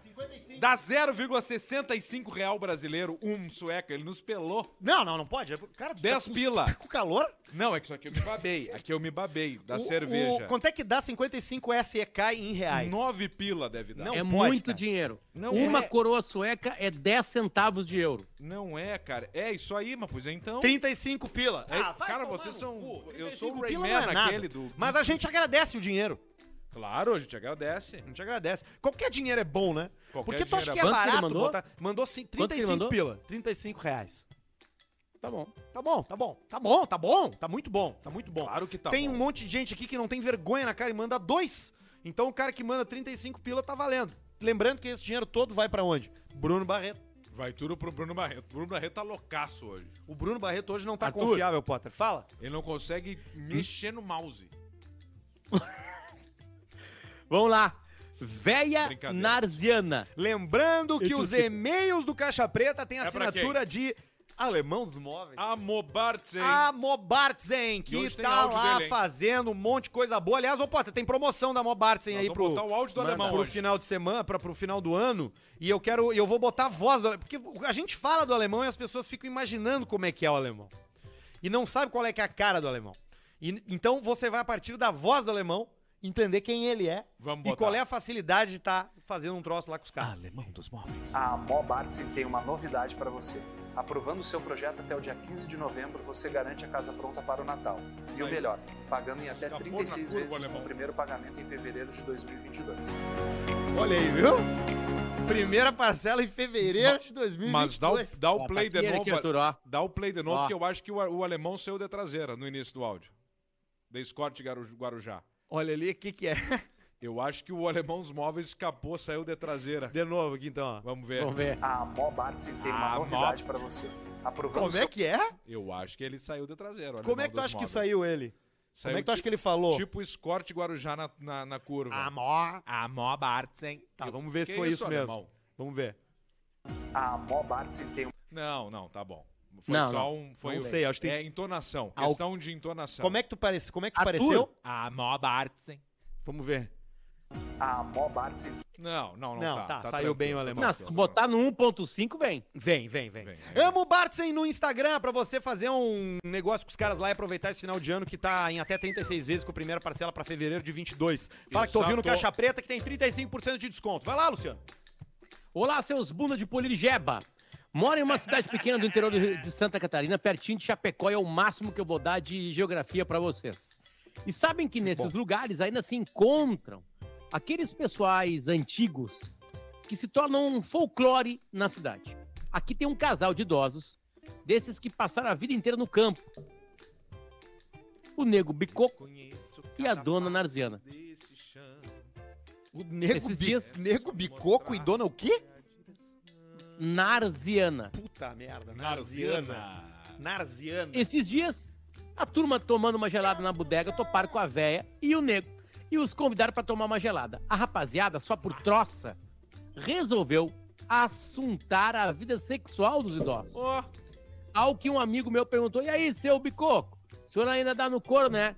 S2: Dá 0,65 real brasileiro, um sueca. Ele nos pelou.
S1: Não, não, não pode. Cara, tu
S2: Dez
S1: tá com,
S2: pila.
S1: tu Tá com calor?
S2: Não, é que isso aqui eu me babei. Aqui eu me babei da
S1: O-
S2: cerveja.
S1: o- quanto é que dá 55 SEK em reais?
S2: Nove pila deve dar.
S1: Não
S3: é
S1: pode,
S3: muito
S1: cara.
S3: dinheiro.
S2: Não
S3: Uma
S2: é.
S3: coroa sueca é 10 centavos de euro.
S2: Não é, cara. É isso aí, mas pois é, então.
S1: 35 pila.
S2: É,
S1: vai
S2: cara,
S1: tomar
S2: vocês
S1: no
S2: são-
S1: cu.
S2: eu sou o
S1: 35 pila
S2: Rayman,
S1: não é nada.
S2: aquele do-
S1: Mas a gente agradece o dinheiro.
S2: Claro, a gente agradece.
S1: A gente agradece. Qualquer dinheiro é bom, né?
S2: Qualquer
S1: Porque tu acha que é
S2: dinheiro
S3: é bom. Quanto que ele
S1: barato
S3: mandou?
S1: botar... Mandou sim-
S3: Quanto que ele
S1: 35
S3: mandou?
S1: pila. 35 reais.
S3: Tá bom.
S1: Tá bom, tá bom. Tá bom, tá bom. Tá muito bom, tá muito bom.
S2: Claro que tá
S1: tem
S2: bom.
S1: um monte de gente aqui que não tem vergonha na cara e manda dois. Então o cara que manda 35 pila tá valendo. Lembrando que esse dinheiro todo vai pra onde? Bruno Barreto.
S2: Vai tudo pro Bruno Barreto. O Bruno Barreto tá loucaço hoje.
S1: O Bruno Barreto hoje não tá
S2: Arthur.
S1: confiável, Potter. Fala.
S2: Ele não consegue mexer no mouse.
S3: Vamos lá. Véia
S2: Brincadeira.
S3: Narziana.
S1: Lembrando que
S3: Isso
S1: os
S3: aqui.
S1: e-mails do Caixa Preta têm
S2: É pra
S1: assinatura de Alemão dos Móveis.
S2: A Mobartsen.
S1: A Mobartzen,
S2: E
S1: que
S2: hoje tem
S1: tá
S2: áudio
S1: lá
S2: dele, hein?
S1: fazendo um monte de coisa boa. Aliás, ô Potter, tem promoção da Mobartzen aí
S2: Nós vamos
S1: pro,
S2: botar o áudio do
S3: Manda.
S2: alemão
S1: pro
S2: hoje.
S1: final de semana, pra, pro final do ano. E eu quero. Eu vou botar a voz do alemão. Porque a gente fala do alemão e as pessoas ficam imaginando como é que é o alemão. E não sabe qual é que é a cara do alemão. E- então você vai, a partir da voz do alemão, entender quem ele é
S2: Vamos
S1: e
S2: botar. Ah,
S1: qual é a facilidade de estar fazendo um troço lá com os caras.
S2: Alemão dos móveis.
S4: A Mobartsen tem uma novidade para você. Aprovando o seu projeto até o dia 15 de novembro, você garante a casa pronta para o Natal.
S2: Isso
S4: E o
S2: aí.
S4: melhor, pagando em até
S2: Escapou na
S4: 36
S2: curva,
S4: vezes com
S2: alemão.
S4: o primeiro pagamento em fevereiro de 2022.
S1: Olha aí, viu? Primeira parcela em fevereiro de 2022.
S2: Mas dá o, dá o
S3: Ó,
S2: play
S3: tá
S2: de
S3: aqui ele
S2: novo.
S3: aqui, Arthur, ó.
S2: Dá o play de novo,
S3: Ó.
S2: que eu acho que o, o alemão saiu da traseira no início do áudio. Da Scott Garu- Guarujá.
S1: Olha ali, o que que é?
S2: Eu acho que o alemão dos móveis escapou, saiu da traseira.
S1: De novo aqui então, ó.
S2: Vamos ver.
S3: Vamos ver.
S4: A Mobartsen tem uma
S2: Ah,
S4: novidade para você. Aprovando o
S1: Como
S4: seu
S1: é que é?
S2: Eu acho que ele saiu da traseira. o
S1: Como
S2: alemão
S1: é que tu
S2: dos
S1: acha que
S2: móveis.
S1: saiu ele?
S2: Saiu
S1: Como é que tu acha
S2: ti-
S1: que ele falou?
S2: Tipo Escort Guarujá na, na, na curva.
S1: Amor.
S2: Amó Bartzen.
S1: Tá, vamos ver se Ah, foi isso, mesmo. Vamos ver.
S4: A Mobartsen tem um-
S2: Não, não, tá bom. Foi
S3: Não,
S2: só
S3: não.
S2: um. Foi
S1: Não
S2: um-
S1: sei, acho que tem-
S2: É entonação.
S1: Ao-
S2: Questão de entonação.
S1: Como é que tu parece? Como é que te
S3: Arthur.
S1: pareceu?
S2: Amó Bartzen.
S1: Vamos ver.
S4: a Mobartsen
S2: Não, não, não.
S1: Não,
S2: tá,
S1: tá, saiu bem o alemão.
S3: Não,
S2: tranquilo,
S3: se
S2: tá
S3: botar no 1.5, vem.
S1: Vem, vem, vem.
S2: Vem, vem.
S1: Amo o Bartzen no Instagram pra você fazer um negócio com os caras lá e aproveitar esse final de ano que tá em até 36 vezes com a primeira parcela pra fevereiro de 22. Fala que tu ouviu no
S2: Exato.
S1: Caixa Preta que tem 35% de desconto. Vai lá, Luciano.
S3: Olá, seus bunda de Polirigeba. Moro em uma cidade pequena do interior do Rio- de Santa Catarina, pertinho de Chapecó, e é o máximo que eu vou dar de geografia para vocês. E sabem que nesses lugares ainda se encontram aqueles pessoais antigos que se tornam um folclore na cidade. Aqui tem um casal de idosos, desses que passaram a vida inteira no campo. O nego Bicoco e a dona Narziana.
S1: O nego,
S3: Esses
S1: bi-
S3: dias-
S1: nego bicoco e dona o quê?
S3: Narziana.
S1: Puta merda,
S2: Narziana.
S1: Narziana.
S3: Esses dias, a turma tomando uma gelada na bodega, toparam com a véia e o nego. E os convidaram pra tomar uma gelada. A rapaziada, só por troça, resolveu assuntar a vida sexual dos idosos.
S2: Ó,
S3: Ao que um amigo meu perguntou: E aí, seu bicoco? O senhor ainda dá no couro, né?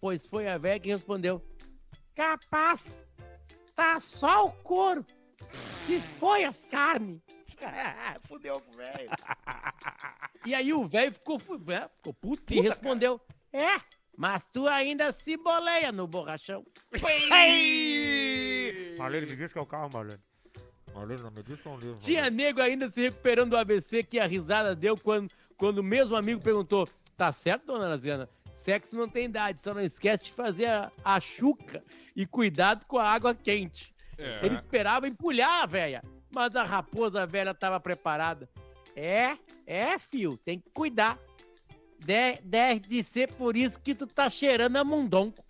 S3: Pois foi a véia que respondeu: Capaz, tá só o couro. Se foi as carnes.
S1: Fudeu com o velho.
S3: E aí o velho ficou, fu- né, ficou puto e respondeu: É, mas tu ainda se boleia no borrachão.
S1: Marlene, me diz que é o carro, Marlene.
S3: Tinha nego ainda se recuperando do ABC que a risada deu quando, quando o mesmo amigo perguntou: Tá certo, dona Naziana? Sexo não tem idade, só não esquece de fazer a, a chuca e cuidado com a água quente.
S2: é.
S3: Ele esperava empulhar a velha, mas a raposa velha estava preparada. É, é, fio, tem que cuidar. De- Deve de ser por isso que tu tá cheirando a mundonco.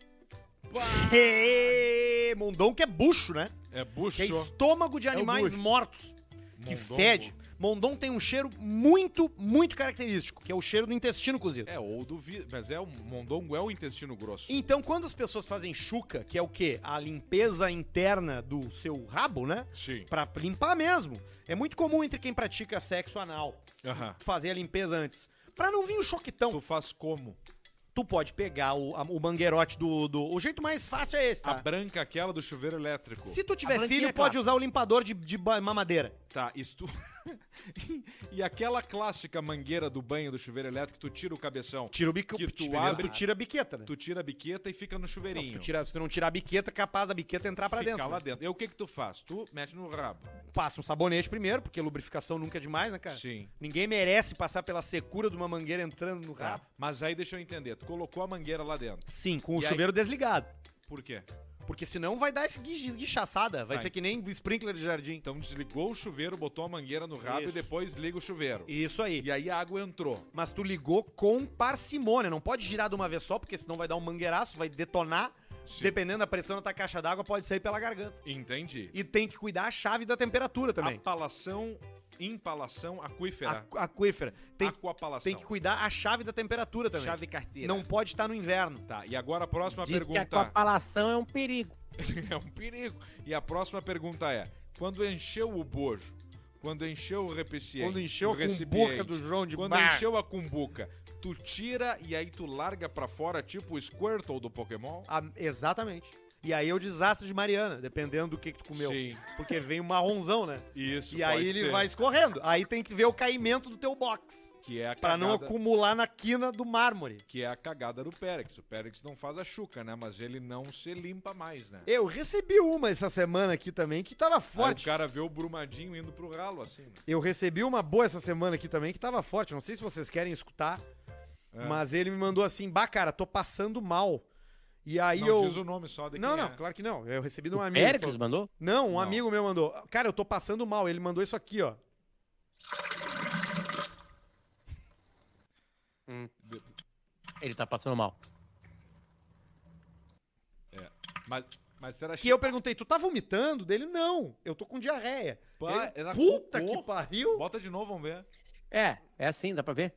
S1: Mondonco é bucho, né?
S2: É
S1: Que é
S2: bucho. é
S1: estômago de
S3: o
S1: animais
S3: bucho.
S1: mortos que
S2: mondongo.
S1: fede. Mondongo tem um cheiro muito, muito característico, que é o cheiro do intestino cozido.
S2: É, ou do vi... Mas é, o mondongo é o intestino grosso.
S1: Então, quando as pessoas fazem chuca, que é o quê? A limpeza interna do seu rabo, né?
S2: Sim.
S1: Pra limpar mesmo. É muito comum entre quem pratica sexo anal
S2: Aham.
S1: fazer a limpeza antes. Pra não vir um choquitão.
S2: Tu faz como?
S1: tu pode pegar o, a- o mangueirote do, do. O jeito mais fácil é esse,
S2: A
S1: tá?
S2: branca, aquela do chuveiro elétrico.
S1: Se tu
S3: a
S1: tiver
S3: branquinha,
S1: filho,
S3: claro.
S1: pode usar o limpador de, de ba- mamadeira.
S2: Tá, isso tu... e aquela clássica mangueira do banho do chuveiro elétrico, tu tira o cabeção.
S1: Tira o bico,
S2: Que
S1: tu,
S2: tu
S1: abre,
S2: abre-
S1: tu tira a biqueta, né?
S2: Tu tira a biqueta e fica no
S1: Não, se,
S2: chuveirinho.
S1: tu tira, se tu não tirar a biqueta, é capaz da biqueta entrar pra
S2: fica
S1: dentro.
S2: lá
S1: né?
S2: dentro. E o que que tu faz? Tu mete no rabo.
S1: Passa um sabonete primeiro, porque lubrificação nunca é demais, né, cara?
S2: Sim.
S1: Ninguém merece passar pela secura de uma mangueira entrando no
S2: Tá.
S1: rabo.
S2: Mas aí deixa eu entender. Tu colocou a mangueira lá dentro.
S1: Sim, com o
S2: E aí?
S1: chuveiro desligado.
S2: Por quê?
S1: Porque senão vai dar esse guiche- esguichaçada. Vai
S2: Vai.
S1: ser que nem sprinkler de jardim.
S2: Então desligou o chuveiro, botou a mangueira no rabo
S1: Isso.
S2: e depois liga o chuveiro.
S1: Isso aí.
S2: E aí a água entrou.
S1: mas tu ligou com parcimônia. Não pode girar de uma vez só, porque senão vai dar um mangueiraço, vai detonar.
S2: Sim.
S1: Dependendo da pressão da tua caixa d'água, pode sair pela garganta.
S2: Entendi.
S1: E tem que cuidar a chave da temperatura também.
S2: Apalação Impalação aquífera.
S1: Aqu- aquífera. Ah, Tem,
S2: Aquapalação.
S1: tem que cuidar a chave da temperatura também.
S2: Chave carteira.
S1: Não pode estar no inverno.
S2: Tá, e agora a próxima
S3: Diz que a
S2: pergunta.
S3: coapalação é um perigo.
S2: É um perigo. E a próxima pergunta é: quando encheu o bojo, quando encheu o recipiente,
S1: Quando encheu
S2: o
S1: a cumbuca do João de
S2: quando
S1: Bar.
S2: encheu a cumbuca, tu tira e aí tu larga pra fora tipo o Squirtle do Pokémon?
S1: Ah, exatamente. E aí é o desastre de Mariana, dependendo do que, que tu comeu.
S2: Sim.
S1: Porque vem um marronzão, né?
S2: Isso.
S1: e aí
S2: pode
S1: ele
S2: ser.
S1: vai escorrendo. Aí tem que ver o caimento do teu box.
S2: que é a
S1: Pra não
S2: cagada,
S1: acumular na quina do mármore.
S2: que é a cagada do Pérex. O Pérex não faz a chuca, né? Mas ele não se limpa mais, né?
S1: Eu recebi uma essa semana aqui também que tava
S2: Aí o
S1: é forte.
S2: cara vê o Brumadinho indo pro ralo assim. né?
S1: Eu recebi uma boa essa semana aqui também que tava forte. Não sei se vocês querem escutar,
S2: É.
S1: mas ele me mandou assim: bah, cara, tô passando mal. E aí
S2: não
S1: eu.
S2: diz o nome só de
S1: Não,
S2: quem
S1: não,
S2: é.
S1: claro que não. Eu recebi de um amigo.
S3: Péricles
S1: falou-
S3: mandou?
S1: Não, um
S2: Não.
S1: amigo meu mandou. Cara, eu tô passando mal. Ele mandou isso aqui, ó.
S2: De-
S3: Ele tá passando mal.
S2: Mas, mas será
S1: Que eu perguntei, tu tá vomitando? Dele, não, eu tô com diarreia.
S2: Pá,
S1: Ele,
S2: era
S1: puta
S2: cocô?
S1: que pariu!
S2: Bota de novo, vamos ver.
S3: É, é assim, dá pra ver?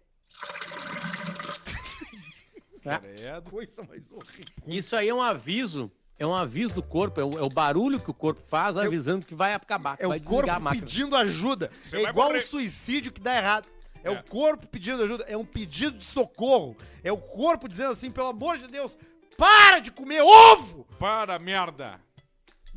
S3: Tá.
S2: Credo.
S1: Coisa mais horrível.
S3: Isso aí é um aviso. É um aviso do corpo, é o, é o barulho que o corpo faz avisando que vai acabar, que
S1: É
S3: vai
S1: o corpo
S3: desligar a máquina.
S1: pedindo ajuda.
S2: Você
S1: é
S2: vai
S1: igual um
S2: morrer.
S1: suicídio que dá errado. É,
S2: É.
S1: o corpo pedindo ajuda, é um pedido de socorro. É o corpo dizendo assim, pelo amor de Deus, para de comer ovo!
S2: Para, merda.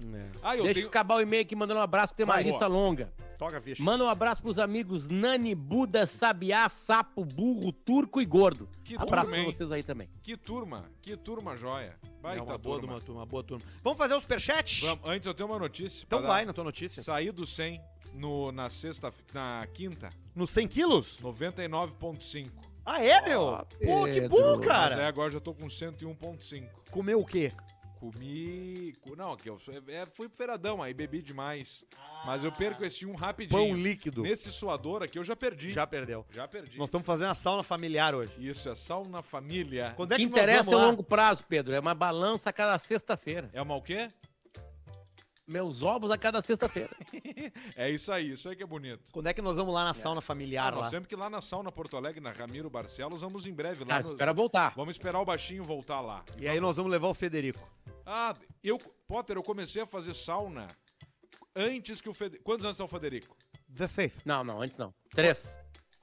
S1: É.
S2: Ah, eu
S3: Deixa eu
S2: tenho...
S3: acabar o e-mail aqui mandando um abraço, tem uma
S2: Vai,
S3: lista longa.
S1: Toca, bicho.
S3: Manda um abraço pros amigos Nani, Buda, Sabiá, Sapo, Burro, Turco e Gordo.
S2: Que
S3: abraço
S2: turma, hein?
S3: pra vocês aí também.
S2: Que turma, que turma joia. Vai,
S1: É
S2: tá
S1: uma boa
S2: turma.
S1: turma, uma boa turma. Vamos fazer o superchat?
S2: Vamos, antes eu tenho uma notícia.
S1: Então
S2: pra
S1: vai
S2: dar.
S1: na tua notícia.
S2: Saí do 100 no, na sexta, na quinta,
S1: Nos 100 quilos?
S2: 99.5.
S1: Ah, é, meu?
S3: Ah,
S1: Pô, que
S3: Pedro.
S1: bom,
S2: Mas é- aí
S1: cara!
S2: agora já tô com 101.5.
S1: Comeu o quê?
S2: Comi... co- Não, que eu é, fui pro feiradão, aí bebi demais. Mas eu perco esse um
S1: Ah, Pão
S2: rapidinho.
S1: líquido.
S2: Nesse suador aqui eu já perdi.
S1: Já perdeu.
S2: Já perdi.
S1: Nós estamos fazendo a sauna familiar hoje.
S2: Isso, é sauna família.
S1: Quando
S3: O
S1: é
S3: que
S1: que, nós
S3: interessa é o
S1: vamos lá?
S3: longo prazo, Pedro. É uma balança a cada sexta-feira.
S2: É uma o quê?
S3: Meus ovos a cada sexta-feira.
S2: É isso aí, isso aí que é bonito.
S1: Quando é que nós vamos lá na sauna
S2: Ah,
S1: familiar
S2: nós
S1: lá?
S2: temos que ir lá na sauna Porto Alegre, na Ramiro Barcelos, vamos em breve lá.
S3: Ah,
S2: no-
S3: espera voltar.
S2: Vamos esperar o baixinho voltar lá.
S1: um E aí nós vamos levar o Federico.
S2: Ah, eu, Potter, eu comecei a fazer sauna antes que o Federico. Quantos anos tá o Federico?
S1: 16.
S3: Não, não, antes não. Três.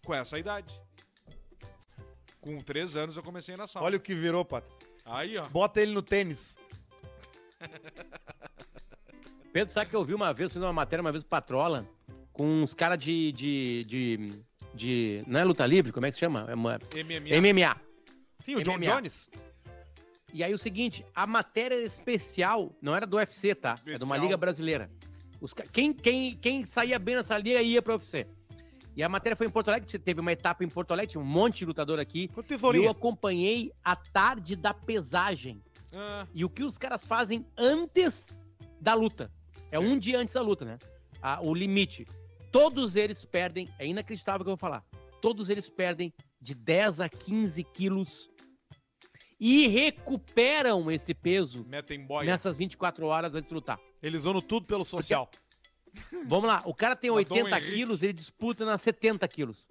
S2: Com essa idade. Com três anos eu comecei na sauna.
S1: Olha o que virou, Pato.
S2: Aí, ó.
S1: Bota ele no tênis.
S3: Pedro, sabe que eu vi uma vez, fiz uma matéria uma vez patrola com uns caras de, de, de, de- Não é luta livre? Como é que chama? É uma-
S2: MMA.
S3: MMA.
S1: Sim, o John
S3: MMA.
S1: Jones.
S3: E aí o seguinte, a matéria era especial, não era do UFC, tá? É de uma
S2: Especial.
S3: liga brasileira. Os ca- quem, quem, quem saía bem nessa liga ia pra UFC. E a matéria foi em Porto Alegre, teve uma etapa em Porto Alegre, tinha um monte de lutador aqui.
S1: O
S3: E eu
S1: tesourinho.
S3: acompanhei a tarde da pesagem.
S2: Ah,
S3: E o que os caras fazem antes da luta. É
S2: Certo.
S3: um dia antes da luta, né? Ah, o limite. Todos eles perdem, é inacreditável o que eu vou falar. Todos eles perdem de 10 a 15 quilos e recuperam esse peso
S2: metem boy.
S3: nessas 24 horas antes de lutar.
S1: Eles vão no tudo pelo social.
S3: Vamos lá, o cara tem
S2: Mandou um
S3: 80
S2: Henrique.
S3: quilos, ele disputa na 70 quilos.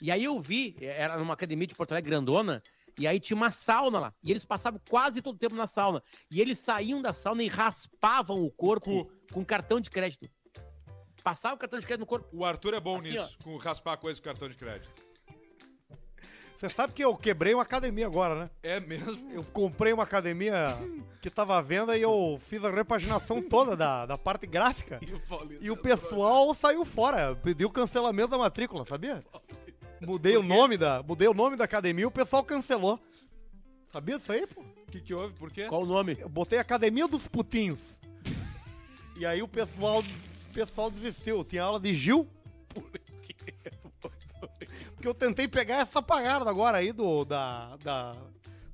S3: E aí eu vi, é, era numa academia de Porto Alegre grandona, e aí tinha uma sauna lá. E eles passavam quase todo o tempo na sauna. E eles saíam da sauna e raspavam o corpo com cartão de crédito. Passavam o cartão de crédito no corpo.
S2: O Arthur é bom
S3: Assim,
S2: nisso, com raspar coisa com cartão de crédito.
S1: Você sabe que eu quebrei uma academia agora, né?
S2: É mesmo?
S1: Eu comprei uma academia que tava à venda e eu fiz a repaginação toda da, da parte gráfica.
S2: o Paulista. é
S1: E o pessoal saiu fora, pediu cancelamento da matrícula, sabia? Mudei o nome da, mudei o nome da academia, e o pessoal cancelou. Sabia disso aí, pô?
S2: O que, que houve? Por quê?
S3: Qual o nome?
S1: Eu botei Academia dos Putinhos. e aí o pessoal, o pessoal desistiu. Tinha aula de Gil. Porque eu tentei pegar essa parada agora aí do da, da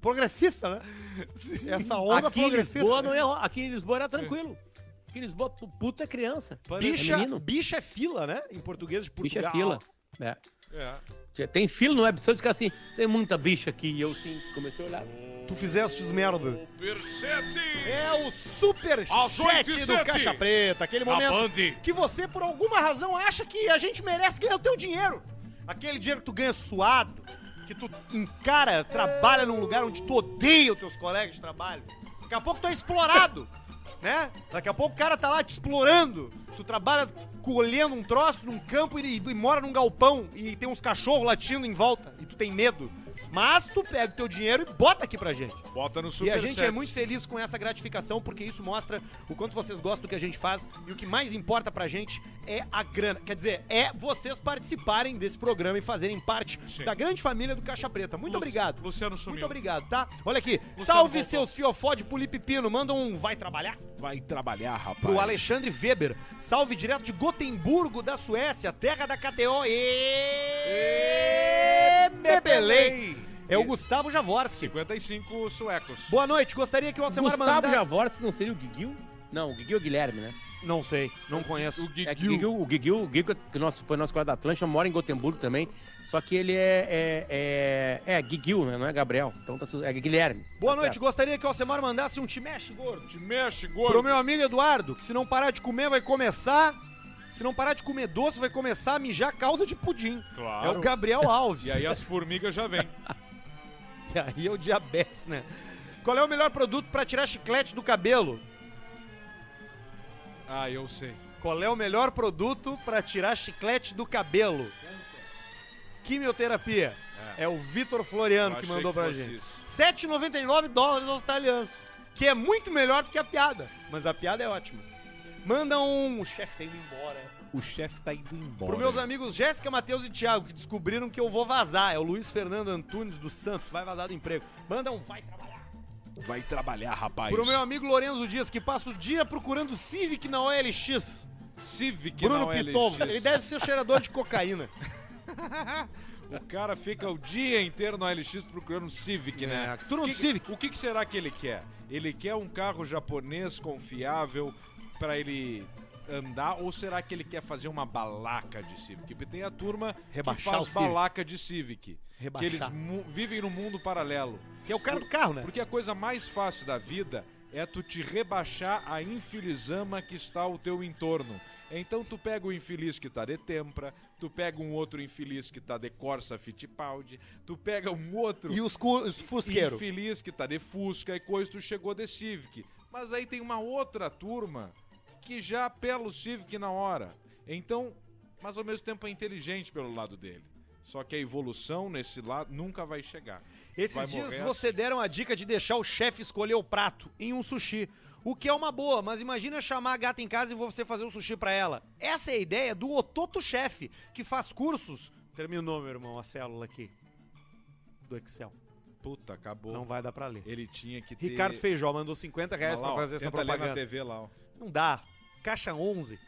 S1: progressista, né? Essa onda
S3: Aqui em
S1: progressista.
S3: Lisboa não é. ro- Aqui em Lisboa era tranquilo. Aqui em Lisboa, pu- puto é criança.
S1: Bicha,
S3: menino.
S1: bicha é fila, né? Em português de
S3: Bicho é
S1: Portugal.
S3: fila. É.
S2: É.
S3: Já Tem filho no website que assim, tem muita bicha aqui. E eu sim, comecei a olhar.
S1: Tu fizeste merda.
S2: Super Sete!
S1: É o super
S2: Às oito e
S1: chat do
S2: sete.
S1: Caixa Preta, aquele
S2: Na
S1: momento
S2: Band.
S1: que você, por alguma razão, acha que a gente merece ganhar o teu dinheiro. Aquele dinheiro que tu ganha suado, que tu encara, trabalha num lugar onde tu odeia os teus colegas de trabalho. Daqui a pouco tu é explorado, né? Daqui a pouco o cara tá lá te explorando. Tu trabalha colhendo um troço num campo e, e mora num galpão e tem uns cachorros latindo em volta e tu tem medo. Mas tu pega o teu dinheiro e bota aqui pra gente
S2: Bota no
S1: e
S2: Super
S1: a gente é
S2: Sete.
S1: muito feliz com essa gratificação, porque isso mostra o quanto vocês gostam do que a gente faz. E o que mais importa pra gente é a grana. Quer dizer, é vocês participarem desse programa e fazerem parte
S2: Sim.
S1: da grande família do Caixa Preta. Muito
S2: Lu-
S1: obrigado.
S2: Luciano sumiu.
S1: Muito obrigado, tá? Olha aqui.
S2: Luciano
S1: Salve
S2: voltou.
S1: seus fiofó de pulipipino. Manda um vai trabalhar
S2: Vai trabalhar, rapaz.
S1: pro Alexandre Weber. Salve direto de Gotemburgo, da Suécia, terra da KTO. E... Mebelei. É o Gustavo Javorski.
S2: 55 suecos.
S1: Boa noite, gostaria que o Alcemar
S3: Gustavo
S1: mandasse...
S3: Javorski não seria o Guiguil? Não, o Guiguil é o Guilherme, né?
S1: Não sei, não conheço.
S2: O
S3: É que o
S2: Guiguil.
S3: Guiguil, o Guiguil, o Guiguil que nosso, foi nosso guarda da plancha, mora em Gotemburgo também. Só que ele é. É, é, é Guiguil, né? Não é Gabriel. Então tá, su- é Guilherme.
S1: Boa
S3: Tá
S1: noite,
S3: certo.
S1: gostaria que o Alcemar mandasse um te mexe, gordo.
S2: Te mexe,
S1: Pro
S2: gordo.
S1: meu amigo Eduardo, que se não parar de comer vai começar... Se não parar de comer doce, vai começar a mijar calda de pudim.
S2: Claro.
S1: É o Gabriel Alves.
S2: E aí as formigas já vêm.
S1: E aí é o diabetes, né? Qual é o melhor produto pra tirar chiclete do cabelo?
S2: Ah, eu sei.
S1: Qual é o melhor produto pra tirar chiclete do cabelo? Quimioterapia. É, o Vitor Floriano
S2: Eu
S1: que
S2: achei
S1: mandou
S2: que
S1: pra
S2: fosse
S1: gente.
S2: isso.
S1: 7,99 dólares australianos. Que é muito melhor do que a piada. Mas a piada é ótima. Manda um. O chefe tá indo embora.
S5: O chefe tá indo embora.
S1: Pro meus amigos Jéssica, Matheus e Thiago, que descobriram que eu vou vazar. É o Luiz Fernando Antunes dos Santos. Vai vazar do emprego. Manda um vai trabalhar.
S5: Vai trabalhar, rapaz.
S1: Pro meu amigo Lorenzo Dias, que passa o dia procurando Civic na OLX.
S2: Civic
S1: Bruno
S2: não é
S1: Pitova.
S2: LX.
S1: Ele deve ser o cheirador de cocaína.
S2: O cara fica o dia inteiro no LX procurando um Civic, né?
S1: tu não
S2: O que-
S1: É, Civic?
S2: O que, que será que ele quer? Ele quer um carro japonês confiável pra ele andar ou será que ele quer fazer uma balaca de Civic? Porque tem a turma
S1: Rebaixar
S2: que
S1: o
S2: faz
S1: Civic.
S2: balaca de Civic.
S1: Rebaixar.
S2: Que eles mu- vivem num mundo paralelo.
S1: Que é o cara do carro, né?
S2: Porque a coisa mais fácil da vida é tu te rebaixar a infelizama que está ao teu entorno. Então tu pega o infeliz que tá de tempra, tu pega um outro infeliz que tá de Corsa Fittipaldi, tu pega um outro
S1: E os, cu- os fusqueiros.
S2: infeliz que tá de Fusca e coisa, tu chegou de Civic. Mas aí tem uma outra turma que já apela o Civic na hora. Então, mas ao mesmo tempo é inteligente pelo lado dele. Só que a evolução nesse lado nunca vai chegar.
S1: Esses
S2: Vai
S1: dias
S2: morrer
S1: você deram a dica de deixar o chefe escolher o prato em um sushi. O que é uma boa, mas imagina chamar a gata em casa e você fazer um sushi pra ela. Essa é a ideia do Ototo Chefe, que faz cursos. Terminou, meu irmão, a célula aqui. Do Excel.
S2: Puta, acabou.
S1: Não vai dar pra ler.
S2: Ele tinha que ter.
S1: Ricardo Feijó mandou 50 reais
S2: Olha lá,
S1: pra
S2: ó,
S1: fazer essa
S2: tenta ler na
S1: propaganda.
S2: TV lá, ó.
S1: Não dá. Caixa 11,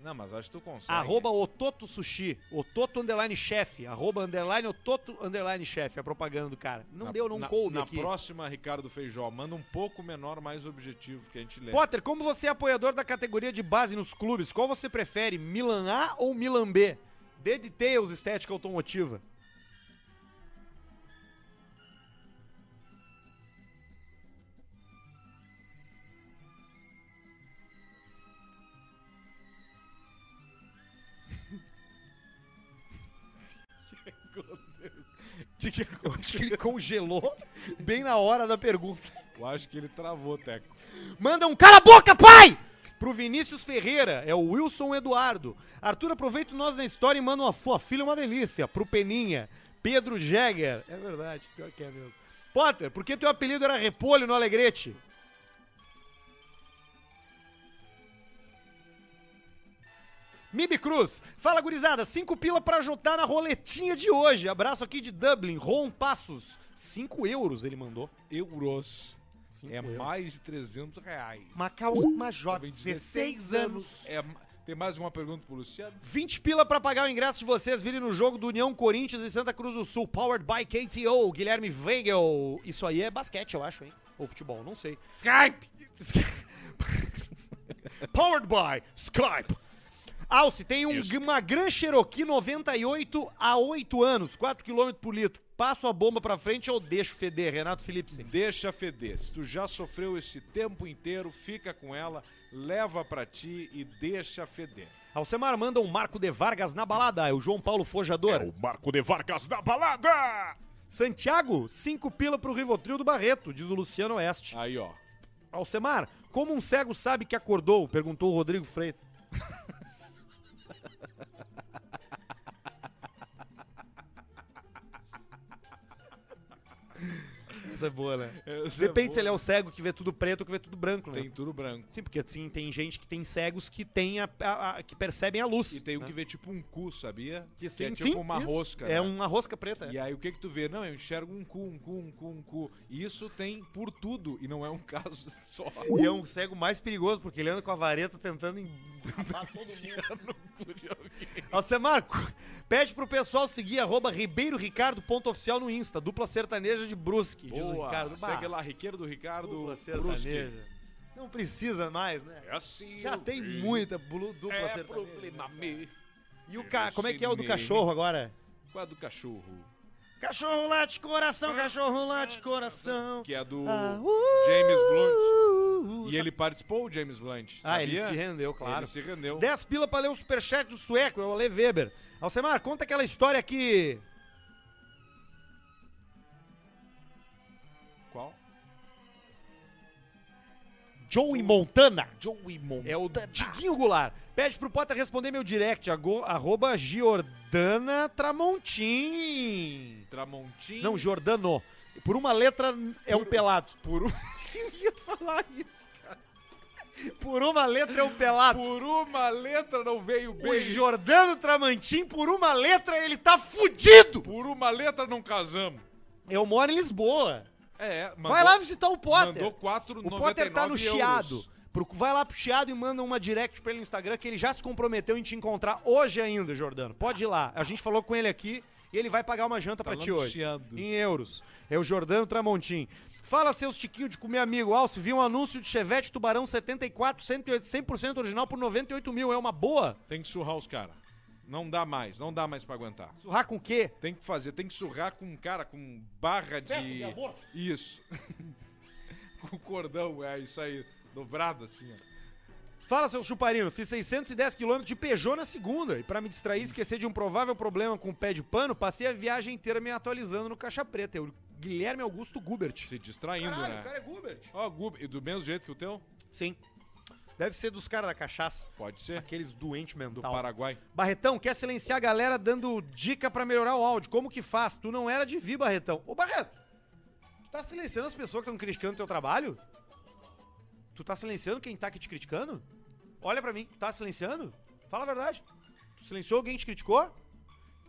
S2: Não, mas acho que tu consegue.
S1: arroba Ototo Sushi, Ototo Underline Chefe, arroba Underline Ototo Underline Chefe, a propaganda do cara. Não
S2: Na-
S1: deu, não
S2: na,
S1: coube
S2: Na
S1: aqui.
S2: próxima, Ricardo Feijó, manda um pouco menor, mais objetivo que a gente lê.
S1: Potter, como você é apoiador da categoria de base nos clubes, qual você prefere, Milan A ou Milan B? The Details Estética Automotiva.
S2: que que aconteceu?
S1: Acho que ele congelou bem na hora da pergunta.
S2: Eu acho que ele travou, Teco.
S1: Manda um cala a boca, pai! Pro Vinícius Ferreira, é o Wilson Eduardo. Arthur, aproveita o nós na história e manda uma sua filha uma delícia. Pro Peninha, Pedro Jäger. É verdade, pior que é mesmo. Potter, por que teu apelido era Repolho no Alegrete? Mib Cruz, fala gurizada, cinco pila pra juntar na roletinha de hoje. Abraço aqui de Dublin, Ron Passos. Cinco euros ele mandou.
S2: Euros.
S1: Cinco
S2: É
S1: euros.
S2: mais de 300 reais.
S1: Macaus Major,
S2: Jovem de
S1: 16 anos.
S2: É ma- tem mais uma pergunta pro Luciano?
S1: 20 pila pra pagar o ingresso de vocês virem no jogo do União Corinthians e Santa Cruz do Sul, powered by KTO, Guilherme Weigel. Isso aí é basquete, eu acho, hein? Ou futebol, não sei. Skype! powered by Skype. Alce, tem um-
S2: Isso.
S1: uma Gran Cherokee 98 a 8 anos, 4 km por litro. Passo a bomba pra frente ou deixo feder, Renato Felipe.
S2: Deixa feder. Se tu já sofreu esse tempo inteiro, fica com ela, leva pra ti e deixa feder.
S1: Alcemar manda um Marco de Vargas na balada, é o João Paulo Fojador.
S5: É
S2: É
S5: O Marco de Vargas da balada!
S1: Santiago, 5 pila pro Rivotril do Barreto, diz o Luciano Oeste.
S2: Aí, ó.
S1: Alcemar, como um cego sabe que acordou? Perguntou o Rodrigo Freitas. Essa é boa, né? Depende se ele é o cego que vê tudo preto ou que vê tudo branco, né?
S2: Tem tudo branco.
S1: Sim, porque assim, tem gente que tem cegos que tem a, a- a- que percebem a luz.
S2: E tem um
S1: né?
S2: que vê tipo um cu, sabia?
S1: Que
S2: é
S1: sim,
S2: tipo
S1: sim,
S2: uma
S1: isso.
S2: rosca.
S1: É
S2: né?
S1: uma rosca preta. é.
S2: E aí o que que tu vê? Não, eu enxergo um cu, um cu, um cu, um cu. E Isso tem por tudo e não é um caso só.
S1: E é um cego mais perigoso, porque ele anda com a vareta tentando em... Alcemar, cu- pede pro pessoal seguir arroba ribeiroricardo.oficial no Insta, dupla sertaneja de Brusque, diz o Ricardo. Bah,
S2: Segue lá, Riqueiro do Ricardo.
S1: dupla
S2: Brusque.
S1: sertaneja. Não precisa mais, né?
S2: É assim,
S1: Já
S2: eu
S1: tem
S2: vi.
S1: muita blu- dupla
S2: É
S1: sertaneja.
S2: problema meu.
S1: E o ca... como é que é o do cachorro agora?
S2: Qual é a do cachorro?
S1: Cachorro late coração, cachorro late coração.
S2: Que é do
S1: Ah, uh,
S2: James Blunt.
S1: uh, uh,
S2: E ele participou, o James Blunt.
S1: Ah, ele
S2: sabia?
S1: se rendeu, claro.
S2: Ele se rendeu.
S1: 10 pila pra ler um superchat do sueco, é o Ale Weber. Alcemar, conta aquela história que.
S2: Qual?
S1: Joey Montana.
S5: Joey Montana.
S1: É o Diguinho Goulart. Pede pro Potter responder meu direct, ago- arroba Giordana Tramontim.
S2: Tramontim.
S1: Não, Giordano. Por uma letra é um pelado.
S2: por um-
S1: Eu ia falar isso, cara. Por uma letra é um pelado.
S2: Por uma letra não veio
S1: O
S2: bem.
S1: Giordano Tramontim, por uma letra, ele tá fudido.
S2: Por uma letra não casamos.
S1: Eu moro em Lisboa.
S2: É, mandou,
S1: Vai lá visitar o Potter.
S2: Mandou 4,99
S1: O Potter tá no
S2: euros.
S1: chiado. Pro- vai lá pro chiado e manda uma direct pra ele no Instagram que ele já se comprometeu em te encontrar hoje ainda, Jordano. Pode ir lá. A gente falou com ele aqui e ele vai pagar uma
S2: Tá
S1: janta pra
S2: lá
S1: ti
S2: no
S1: hoje.
S2: Chiado.
S1: Em euros. É o Jordano Tramontim. Fala seus tiquinhos de comer amigo. Alce, vi um anúncio de Chevette Tubarão 74, 108, 100% original por 98 mil. É uma boa?
S2: Tem que surrar os caras. Não dá mais, não dá mais pra aguentar.
S1: Surrar com o quê?
S2: Tem que fazer, tem que surrar com um cara com barra de. Isso. com cordão, é isso aí. Dobrado assim, ó.
S1: Fala, seu chuparino. Fiz 610 km de Peugeot na segunda. E pra me distrair e esquecer de um provável problema com o pé de pano, passei a viagem inteira me atualizando no Caixa Preta. Eu, Guilherme Augusto Gubert.
S2: Se distraindo, né?
S1: é Gubert.
S2: Ó, Gub, e do mesmo jeito que o teu?
S1: Sim. Deve ser dos caras da cachaça.
S2: Pode ser.
S1: Aqueles doentes
S2: Do
S1: mental.
S2: Paraguai.
S1: Barretão, quer silenciar a galera dando dica pra melhorar o áudio. Como que faz? Tu não era de vir, Barretão. Ô, Barreto, tu tá silenciando as pessoas que estão criticando teu trabalho? Tu tá silenciando quem tá aqui te criticando? Olha pra mim, tu tá silenciando? Fala a verdade. Tu silenciou alguém que te criticou?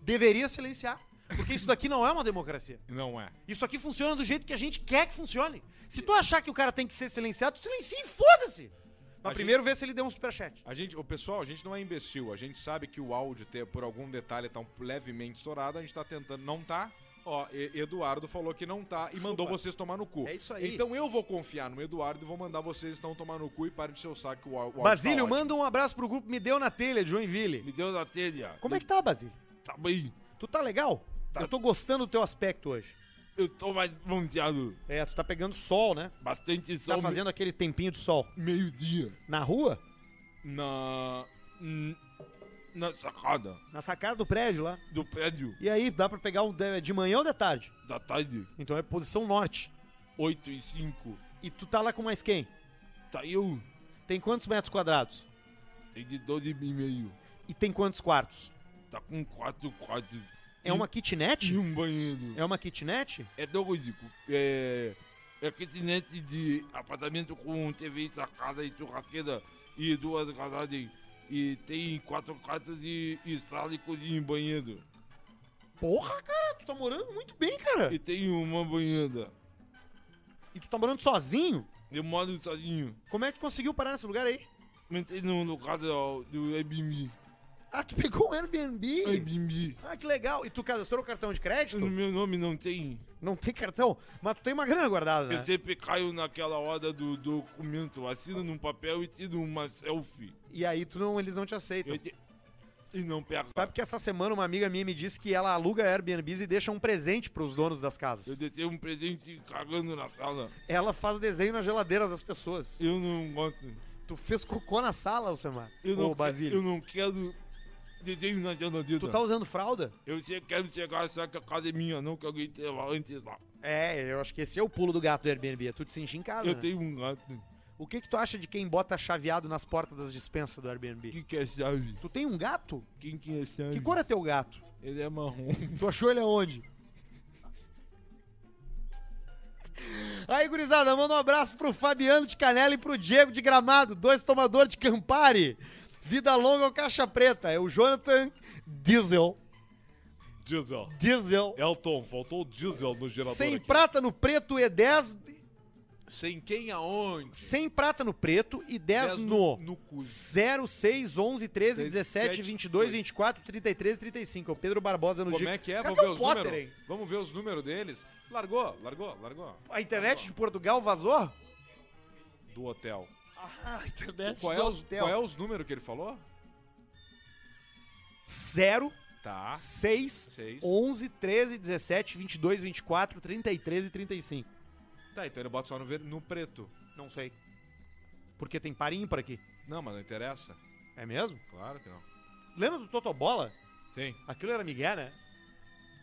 S1: Deveria silenciar. Porque isso daqui não é uma democracia.
S2: Não é.
S1: Isso aqui funciona do jeito que a gente quer que funcione. Se tu achar que o cara tem que ser silenciado, tu silencia e foda-se.
S2: A
S1: Mas primeiro vê se ele deu um superchat.
S2: A gente, o pessoal, a gente não é imbecil. A gente sabe que o áudio, ter, por algum detalhe, tá um- levemente estourado. A gente tá tentando. Não tá? Ó, E- Eduardo falou que não tá e mandou vocês tomar no cu.
S1: É isso aí.
S2: Então eu vou confiar no Eduardo e vou mandar vocês então tomar no cu e parem de seu saco. que O, au- o áudio tá
S1: Basílio,
S2: ótimo.
S1: manda um abraço pro grupo Me Deu na Telha, de Joinville.
S2: Me deu da telha.
S1: Como é que tá, Basílio?
S2: Tá bem.
S1: Tu tá legal? Eu tô gostando do teu aspecto hoje.
S2: Eu tô mais bronzeado.
S1: É, tu tá pegando sol, né?
S2: Bastante
S1: Tá
S2: sol.
S1: fazendo aquele tempinho de sol.
S2: meio-dia.
S1: Na rua?
S2: Na. Na sacada
S1: Na sacada do prédio lá.
S2: do prédio
S1: E aí, dá pra pegar um de de manhã ou de tarde?
S2: da tarde,
S1: Então é posição norte.
S2: 8 e 5.
S1: E tu tá lá com mais quem?
S2: Tá eu.
S1: Tem quantos metros quadrados?
S2: Tem de 12 e meio.
S1: E tem quantos quartos?
S2: Tá com quatro quartos.
S1: É uma
S2: E
S1: kitnet?
S2: um banheiro.
S1: É uma kitnet?
S2: É doidico. É. É kitnet de apartamento com TV sacada e churrasqueira e duas casadas. E tem quatro quartos e, e sala e cozinha e banheiro.
S1: Porra, cara, tu tá morando muito bem, cara.
S2: E tem uma banheira.
S1: E tu tá morando sozinho?
S2: Eu moro sozinho.
S1: Como é que tu conseguiu parar nesse lugar aí?
S2: Entrei no lugar do, do Airbnb.
S1: Ah, tu pegou um Airbnb?
S2: Airbnb.
S1: Ah, que legal. E tu cadastrou o cartão de crédito?
S2: No meu nome não tem.
S1: Não tem cartão? Mas tu tem uma grana guardada,
S2: Eu
S1: né?
S2: sempre caio naquela hora do documento. Assino num papel e tiro uma selfie.
S1: E aí tu não, eles não te aceitam.
S2: Eu te- E não pega.
S1: Sabe que essa semana uma amiga minha me disse que ela aluga Airbnbs e deixa um presente pros donos das
S2: Eu
S1: casas.
S2: desci um presente cagando na sala.
S1: Ela faz desenho na geladeira das pessoas.
S2: Eu não gosto.
S1: Tu fez cocô na sala, Alcemar?
S2: Eu não,
S1: Ô, Basílio.
S2: eu não quero desenho na geladeira.
S1: Tu tá usando fralda?
S2: Eu sei, quero chegar, só que a casa é minha, não que alguém tenha lá antes lá.
S1: É, eu acho que esse é o pulo do gato do Airbnb, é tu te sentir em casa.
S2: Eu
S1: né?
S2: tenho um gato
S1: O que que tu acha de quem bota chaveado nas portas das dispensas do Airbnb?
S2: que quer chave.
S1: Tu tem um gato?
S2: Quem que é chave?
S1: Que cor é teu gato?
S2: Ele é marrom.
S1: Tu achou ele aonde? Aí, gurizada, manda um abraço pro Fabiano de Canela e pro Diego de Gramado, dois tomadores de Campari. Vida longa ao Caixa Preta. É o Jonathan Diesel.
S5: Diesel.
S1: Diesel.
S5: Elton, faltou É o diesel no gerador
S1: Sem
S5: aqui.
S1: prata no preto e 10.
S2: Sem quem aonde?
S1: Sem prata no preto e 10
S2: Dez
S1: no.
S2: No cu.
S1: 0, 6, 11, 13, 17, 22, 24, 33, 35. É o Pedro Barbosa no
S2: Como
S1: dia.
S2: é que é?
S1: Cadê
S2: Vamos ver
S1: o
S2: os
S1: Potter,
S2: números.
S1: hein?
S2: Vamos ver os números deles. Largou, largou, largou.
S1: A internet de Portugal vazou?
S2: Do hotel.
S1: Ah, a internet
S2: Qual é, os, qual é os números que ele falou?
S1: 0,
S2: Tá.
S1: 6,
S2: Seis.
S1: 11, 13, 17, 22, 24, 33 e 35.
S2: Tá, então ele bota só no, ver- no preto.
S1: Não sei. Porque tem par e ímpar aqui.
S2: Não, mas não interessa.
S1: É mesmo?
S2: Claro que não.
S1: Lembra do Totobola?
S2: Sim.
S1: Aquilo era migué, né?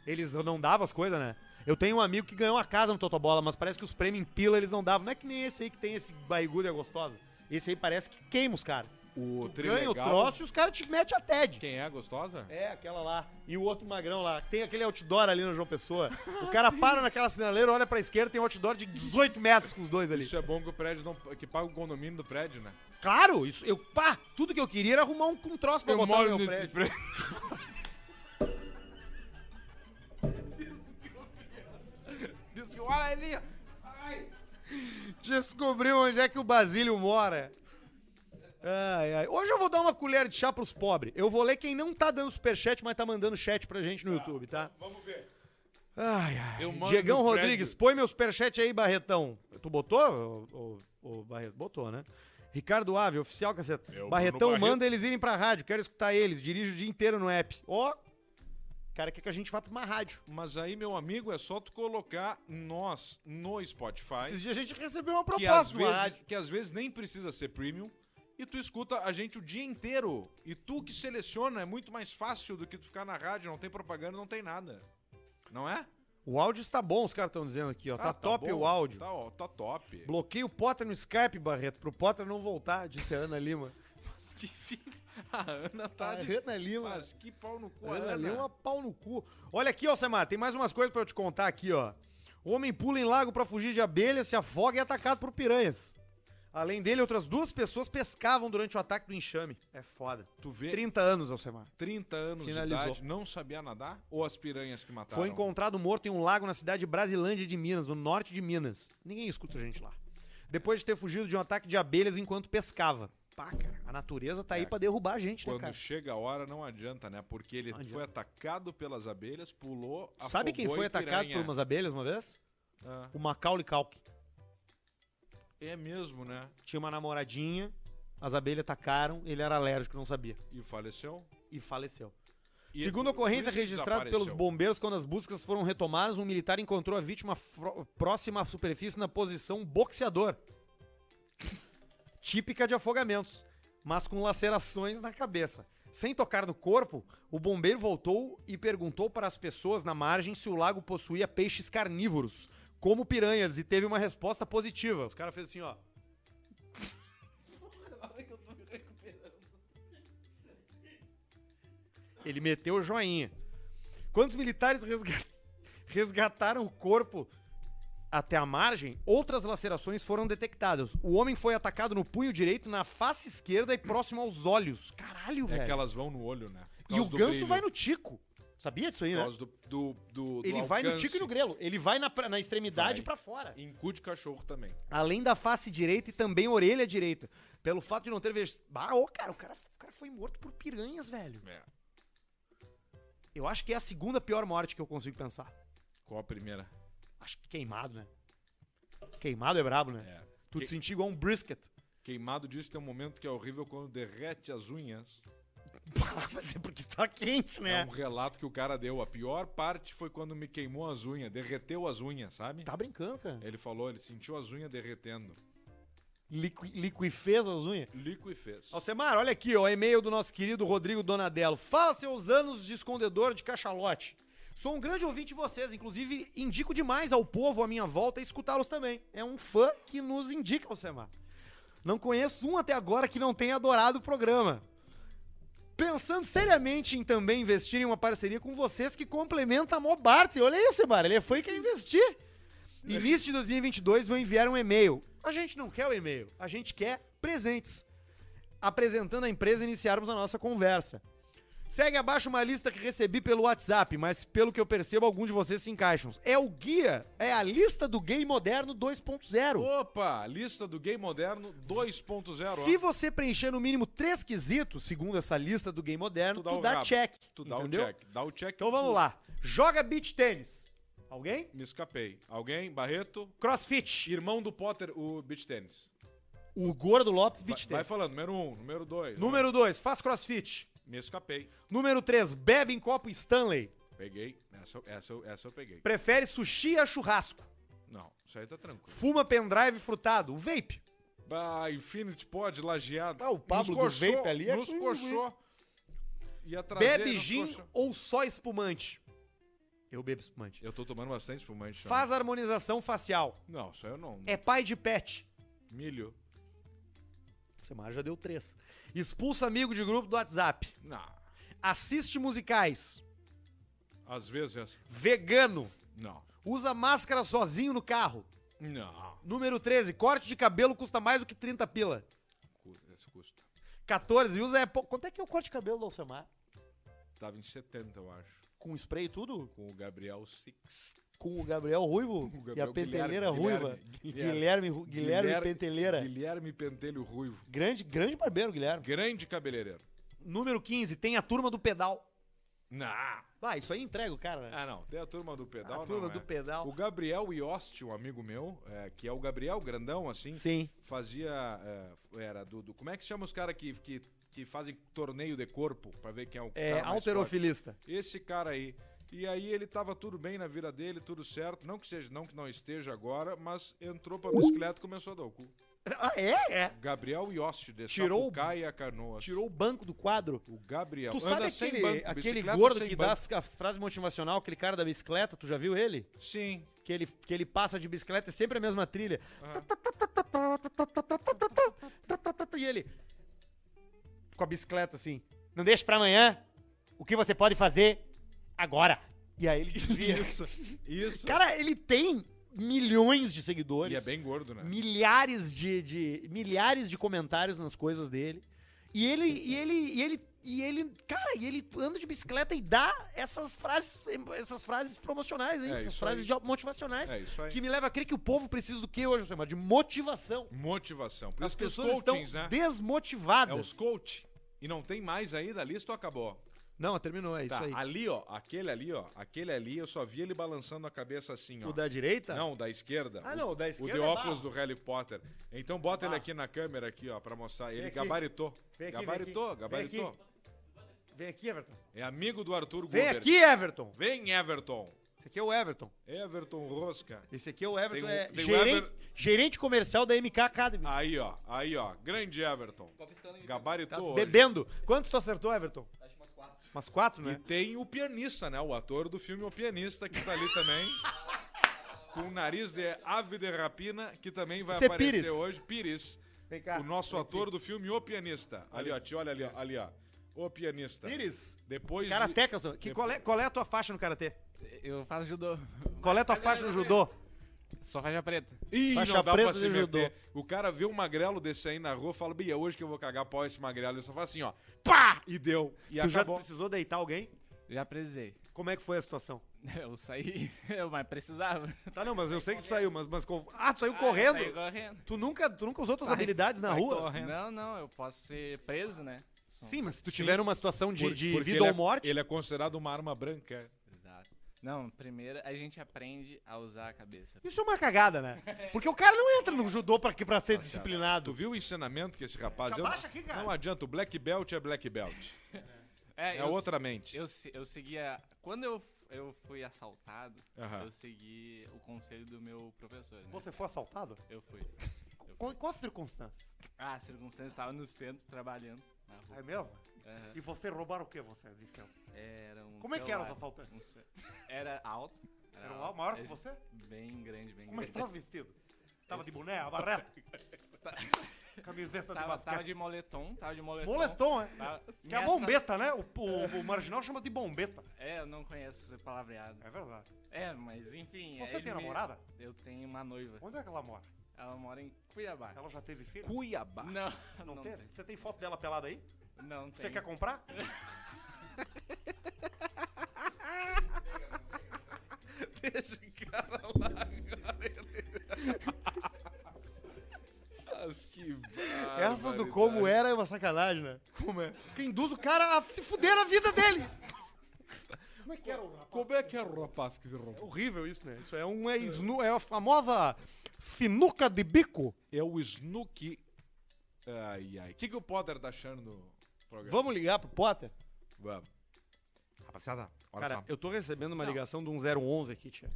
S1: Eles não davam as coisas, né? Eu tenho um amigo que ganhou uma casa no Totobola, mas parece que os prêmios em pila eles não davam. Não é que nem esse aí que tem esse barrigudo e a gostosa. Esse aí parece que queima os caras.
S2: O tri
S1: Ganha o
S2: legal-
S1: troço e os caras te metem a TED.
S2: Quem é gostosa?
S1: É, aquela lá. E o outro magrão lá. Tem aquele outdoor ali no João Pessoa. O cara para naquela sinaleira, olha pra esquerda, tem um outdoor de 18 metros com os dois ali.
S2: Isso é bom que o prédio não. que paga o condomínio do prédio, né?
S1: Claro, isso, eu, pá, tudo que eu queria era arrumar um, um troço pra
S2: Eu
S1: botar
S2: moro
S1: no meu
S2: nesse
S1: prédio.
S2: prédio. Diz que olha ali. ó.
S1: Descobriu onde é que o Basílio mora. Ai, ai. Hoje eu vou dar uma colher de chá pros pobres. Eu vou ler quem não tá dando superchat, mas tá mandando chat pra gente no YouTube, tá?
S2: Vamos ver.
S1: Ai, ai.
S2: Eu moro
S1: Diegão
S2: no
S1: Rodrigues,
S2: prédio.
S1: põe meu superchat aí, Barretão. Tu botou, ô, ô, ô, Barreto? Botou, né? Ricardo Ave, oficial, caceta.
S5: É o
S1: Barretão,
S5: Bruno Barreto.
S1: manda eles irem pra rádio. Quero escutar eles. Dirijo o dia inteiro no app. Ó, cara quer que a gente vá pra uma rádio.
S2: Mas aí, meu amigo, é só tu colocar nós no Spotify.
S1: Esses dias a gente recebeu uma
S2: que às,
S1: proposta de uma rádio.
S2: vezes, que às vezes nem precisa ser premium. E tu escuta a gente o dia inteiro. E tu que seleciona é muito mais fácil do que tu ficar na rádio, não tem propaganda, não tem nada. Não é?
S1: O áudio está bom, os caras estão dizendo aqui, ó. tá,
S2: Ah,
S1: top
S2: bom.
S1: o áudio.
S2: Tá, ó, tá top.
S1: Bloqueia o Potter no Skype, Barreto, pro Potter não voltar, disse a Ana Lima.
S2: Que filha. A Ana tá
S1: a
S2: de.
S1: Ana Lima.
S2: Mas que pau no cu,
S1: a
S2: a
S1: é Ana
S2: Ana.
S1: Lima é uma pau no cu. Olha aqui, ó, Samar, tem mais umas coisas pra eu te contar aqui, ó. Homem pula em lago pra fugir de abelhas, se afoga e é atacado por piranhas. Além dele, outras duas pessoas pescavam durante o ataque do enxame. É foda.
S2: Tu vê,
S1: 30 anos, Alcemar.
S2: 30 anos
S1: Finalizou.
S2: de idade, não sabia nadar? Ou as piranhas que mataram?
S1: Foi encontrado morto em um lago na cidade de Brasilândia de Minas, no norte de Minas. Ninguém escuta a gente lá. Depois de ter fugido de um ataque de abelhas enquanto pescava. Pá, cara, a natureza tá aí
S2: É,
S1: pra derrubar a gente, né,
S2: Quando
S1: cara?
S2: chega a hora, não adianta, né? Porque ele
S1: Não adianta.
S2: foi atacado pelas abelhas, pulou,
S1: Sabe quem
S2: afogou e
S1: foi atacado
S2: piranha.
S1: por umas abelhas uma vez?
S2: Ah,
S1: O Macaulay Culkin.
S2: é mesmo, né?
S1: Tinha uma namoradinha, as abelhas atacaram, ele era alérgico, não sabia.
S2: E faleceu.
S1: E faleceu.
S2: E
S1: Segundo a
S2: por
S1: ocorrência
S2: isso que
S1: registrada pelos
S2: desapareceu.
S1: bombeiros, quando as buscas foram retomadas, um militar encontrou a vítima fro- próxima à superfície na posição boxeador. Típica de afogamentos, mas com lacerações na cabeça. Sem tocar no corpo, o bombeiro voltou e perguntou para as pessoas na margem se o lago possuía peixes carnívoros, como piranhas, e teve uma resposta positiva. Os caras fez assim, ó. Ele meteu o joinha. Quando os militares resga- resgataram o corpo até a margem, outras lacerações foram detectadas. O homem foi atacado no punho direito, na face esquerda e próximo aos olhos. Caralho,
S2: É que
S1: velho.
S2: elas vão no olho, né? Por
S1: E
S2: causa
S1: o
S2: do
S1: ganso
S2: brilho,
S1: vai no tico. Sabia disso aí,
S2: Por
S1: né?
S2: causa do, do, do- do
S1: Ele vai no tico e no
S2: alcance.
S1: grelo. Ele vai na, pra- na extremidade
S2: Vai.
S1: pra fora.
S2: Em cu de cachorro também.
S1: Além da face direita e também orelha direita. Pelo fato de não ter vestido. Ah, ô, cara, o cara, o cara foi morto por piranhas, velho.
S2: É.
S1: Eu acho que é a segunda pior morte que eu consigo pensar.
S2: Qual a primeira?
S1: Acho que queimado, né? Queimado é brabo, né?
S2: É.
S1: Tu
S2: Que-
S1: te sentir igual um brisket.
S2: é Queimado diz que tem um momento que é horrível quando derrete as unhas
S1: Pá, Mas é porque tá quente,
S2: É.
S1: né?
S2: um relato que o cara deu. A pior parte foi quando me queimou as unhas, derreteu as unhas, sabe?
S1: Tá brincando, cara.
S2: Ele falou, ele sentiu as unhas derretendo.
S1: Liqui, liquifez as unhas.
S2: Lico e fez.
S1: Alcemar, olha aqui, ó, e-mail do nosso querido Rodrigo Donadello. Fala seus anos de escondedor de cachalote. Sou um grande ouvinte de vocês, inclusive indico demais ao povo à minha volta escutá-los também. É um fã que nos indica, Alcemar. Não conheço um até agora que não tenha adorado o programa. Pensando seriamente em também investir em uma parceria com vocês que complementa a Mobartz. Olha aí, Alcemar, ele foi quer investir. Início de 2022 vou enviar um e-mail. A gente não quer o e-mail, a gente quer presentes apresentando a empresa e iniciarmos a nossa conversa. Segue abaixo uma lista que recebi pelo WhatsApp, mas pelo que eu percebo, alguns de vocês se encaixam. É o guia, é a lista do gay moderno 2.0.
S2: Opa, lista do gay moderno 2.0. ó.
S1: Se você preencher no mínimo três quesitos, segundo essa lista do gay moderno,
S2: Tu dá
S1: tu
S2: o
S1: dá,
S2: rabo.
S1: check.
S2: Tu dá
S1: entendeu?
S2: o check, dá o check.
S1: Então vamos lá. Joga beach tênis. Alguém?
S2: Me escapei. Alguém? Barreto?
S1: Crossfit.
S2: Irmão do Potter, o beach tênis.
S1: O Gordo Lopes, beach
S2: Vai, vai
S1: tênis.
S2: falando, número um, número dois.
S1: Número dois, faz crossfit.
S2: Me escapei.
S1: Número três, bebe em copo Stanley.
S2: Peguei. Essa, eu- essa, eu- essa eu peguei.
S1: Prefere sushi a churrasco.
S2: Não, isso aí tá tranquilo.
S1: Fuma pendrive frutado. O vape.
S2: Bah, Infinity Pod, lajeado.
S1: Ah, o Pablo do
S2: coxou,
S1: vape ali é
S2: Nos
S1: coisa,
S2: coxou. Ia trazer,
S1: Bebe
S2: nos
S1: gin
S2: coxou.
S1: ou só espumante? Eu bebo espumante.
S2: Eu tô tomando bastante espumante.
S1: Faz harmonização facial.
S2: Não, isso aí eu não.
S1: É pai de pet.
S2: Milho.
S1: Semar já deu três. Expulsa amigo de grupo do WhatsApp.
S2: Não.
S1: Assiste musicais.
S2: Às vezes.
S1: Vegano.
S2: Não.
S1: Usa máscara sozinho no carro.
S2: Não.
S1: Número 13. Corte de cabelo custa mais do que 30 pila.
S2: Cu- Esse custa.
S1: 14. Usa é pou- Quanto é que é o corte de cabelo do Alcemar?
S2: Tava em 70, eu acho.
S1: Com spray e tudo?
S2: Com o Gabriel Six.
S1: Com o Gabriel Ruivo
S2: Com o
S1: e a
S2: Gabriel
S1: penteleira
S2: Guilherme,
S1: ruiva.
S2: Guilherme,
S1: Guilherme, Ru- Guilherme,
S2: Guilherme-
S1: Penteleira.
S2: Guilherme Pentelho Ruivo.
S1: Grande, grande barbeiro, Guilherme.
S2: Grande cabeleireiro.
S1: Número 15, tem a turma do pedal.
S2: Não.
S1: Vai, isso aí entrega o cara, né?
S2: Ah, não. Tem a turma do pedal.
S1: a turma
S2: não,
S1: do
S2: é.
S1: pedal.
S2: O Gabriel Iosti, um amigo meu, é, que é o Gabriel Grandão, assim,
S1: Sim.
S2: fazia. é, era do, do- Como é que chama os caras que, que, que fazem torneio de corpo pra ver quem é o
S1: É,
S2: cara mais forte?
S1: alterofilista.
S2: esse cara aí. E aí ele tava tudo bem na vida dele, tudo certo, não que seja, não que não esteja agora, mas entrou pra bicicleta e começou a dar o cu.
S1: Ah, é? É.
S2: Gabriel Yost, de
S1: Tirou o-
S2: Sapucaia e a Canoas.
S1: Tirou o banco do quadro.
S2: O Gabriel.
S1: Tu sabe
S2: Anda sem
S1: aquele,
S2: banco,
S1: aquele
S2: bicicleta
S1: gordo
S2: sem
S1: que dá
S2: banco.
S1: as, a frase motivacional, aquele cara da bicicleta, tu já viu ele?
S2: Sim.
S1: Que ele, que ele passa de bicicleta, é sempre a mesma trilha. E ele... Com a bicicleta, assim. Não deixe pra amanhã o que você pode fazer agora. E aí ele desvia.
S2: Isso. Isso.
S1: Cara, ele tem milhões de seguidores.
S2: E é bem gordo, né?
S1: Milhares de, de- milhares de comentários nas coisas dele. E ele e ele e ele e ele, cara, e ele anda de bicicleta e dá essas frases, essas frases promocionais aí,
S2: É
S1: essas
S2: isso
S1: frases
S2: aí.
S1: de- motivacionais,
S2: É isso aí.
S1: que me leva a crer que o povo precisa do que hoje, Alcemar? De motivação.
S2: Motivação. Por
S1: As
S2: isso que os
S1: pessoas estão
S2: coachings, né? É
S1: desmotivadas.
S2: os coach. E não tem mais ainda, a lista ou acabou?
S1: Não, terminou, é
S2: Tá,
S1: isso aí.
S2: ali, ó, aquele ali, ó, aquele ali, eu só vi ele balançando a cabeça assim, ó.
S1: O da direita?
S2: Não, da esquerda.
S1: Ah,
S2: O-
S1: não, da
S2: O
S1: esquerda
S2: de
S1: é
S2: óculos do
S1: barro.
S2: Harry Potter. Então bota ele
S1: barro.
S2: aqui na câmera aqui, ó, pra mostrar. Ele
S1: aqui.
S2: gabaritou.
S1: Vem aqui, vem
S2: gabaritou,
S1: aqui.
S2: gabaritou.
S1: Vem Vem aqui, Everton.
S2: É amigo do Arthur
S1: Vem
S2: Guber.
S1: aqui, Everton.
S2: Vem, Everton.
S1: Esse aqui é o Everton.
S2: Everton Rosca.
S1: Esse aqui é o Everton,
S2: Tem o-
S1: é
S2: tem o Ah,
S1: gerente,
S2: Ever-
S1: gerente comercial da MK Academy.
S2: Aí, ó, aí, ó. Grande Everton.
S1: Tá
S2: Gabaritou. hoje.
S1: bebendo. Quantos tu acertou, Everton? Acho que umas quatro.
S2: E
S1: Umas quatro, né?
S2: tem o pianista, né? O ator do filme O Pianista, que tá ali também. Com o nariz de ave de rapina, que também vai
S1: Esse é
S2: aparecer
S1: Pires.
S2: hoje. Pires.
S1: Vem cá.
S2: O nosso ator do filme O Pianista. Ali, ó, te olha ali, ó. Ali, ó. O Pianista.
S1: Pires.
S2: Depois. de-
S1: Karatê, Kelson. Que qual, é, qual é a tua faixa no Karatê?
S6: Eu faço judô.
S1: Qual é a tua faixa no judô?
S6: Só faixa preta.
S2: Ih,
S1: Faixa
S2: não dá
S1: preta
S2: pra se
S1: de judô.
S2: meter. O cara vê um magrelo desse aí na rua fala, Bia, hoje que eu vou cagar pau esse magrelo. Ele só faz assim, ó. Pá! E deu. E
S1: tu já
S2: é, acabou.
S1: precisou deitar alguém?
S6: Já precisei.
S1: Como é que foi a situação?
S6: Eu saí, eu mais precisava.
S1: Tá, não, mas eu sei que tu saiu, mas... mas com- ah, tu saiu
S6: Ah, eu saí
S1: correndo?
S6: correndo.
S1: Tu nunca, tu nunca usou tuas habilidades na
S2: Sai
S1: rua?
S2: correndo.
S6: Não, não, eu posso ser preso, né? Só-
S1: Sim, mas se tu
S2: Sim.
S1: tiver numa situação de,
S2: Por-
S1: de
S2: porque
S1: vida
S2: ele
S1: ou
S2: é-
S1: morte...
S2: Ele é considerado uma arma branca.
S6: Exato. Não, primeiro a gente aprende a usar a cabeça.
S1: Isso é uma cagada, né? Porque o cara não entra no judô pra, pra ser
S2: Tu
S1: disciplinado.
S2: viu o ensinamento que esse rapaz...
S1: Já
S2: eu-
S1: baixa aqui, cara.
S2: Não adianta, o black belt é black belt. É,
S6: eu,
S2: outra mente.
S6: Eu, se- eu seguia. Quando eu, eu fui assaltado,
S2: Aham.
S6: eu segui o conselho do meu professor. Né?
S1: Você foi assaltado?
S6: Eu fui.
S1: Com- Em qual circunstância?
S6: Ah, a circunstância estava no centro trabalhando. Na rua.
S1: É mesmo?
S6: Aham.
S1: E você roubaram o que você disse?
S6: Era um
S1: Como é que eram os
S6: celular,
S1: assaltantes?
S6: um ce- Era alto. Era,
S1: Era um maior que
S6: Ele-
S1: você?
S6: Bem grande, bem
S1: Como é que
S6: grande.
S1: tava vestido? Tava de boné, abarreta? Camiseta de
S6: Tava,
S1: basquete?
S6: tava de moletom, tava de moletom.
S1: Moletom, é?
S6: Tava-
S1: Que é a
S6: Nessa-
S1: bombeta, né? O, o- o marginal chama de bombeta.
S6: É, eu não conheço esse palavreado.
S1: É verdade.
S6: É, mas enfim.
S1: Você
S6: ele
S1: tem
S6: me-
S1: namorada?
S6: Eu tenho uma noiva.
S1: Onde é que ela mora?
S6: Ela mora em Cuiabá.
S1: Ela já teve filho?
S2: Cuiabá.
S6: Não,
S1: Não, teve? Você tem foto dela pelada aí?
S6: tem. Não
S1: Você
S6: tem.
S1: quer comprar?
S2: Deixa o cara lá agora. As que
S1: Essa do como era é uma sacanagem, né? Como é? Que induz o cara a se fuder na vida dele. Como é que era o rapaz?
S2: Como é que era o rapaz que derrubou?
S1: É horrível isso, né? Isso é um é, snu- é a famosa sinuca de bico.
S2: É o Snook. Ai, ai. O que, que o Potter tá achando no programa?
S1: Vamos ligar pro Potter?
S2: Vamos. Rapaziada, olha
S1: Cara,
S2: só.
S1: eu tô recebendo uma ligação de um 011 aqui, tia.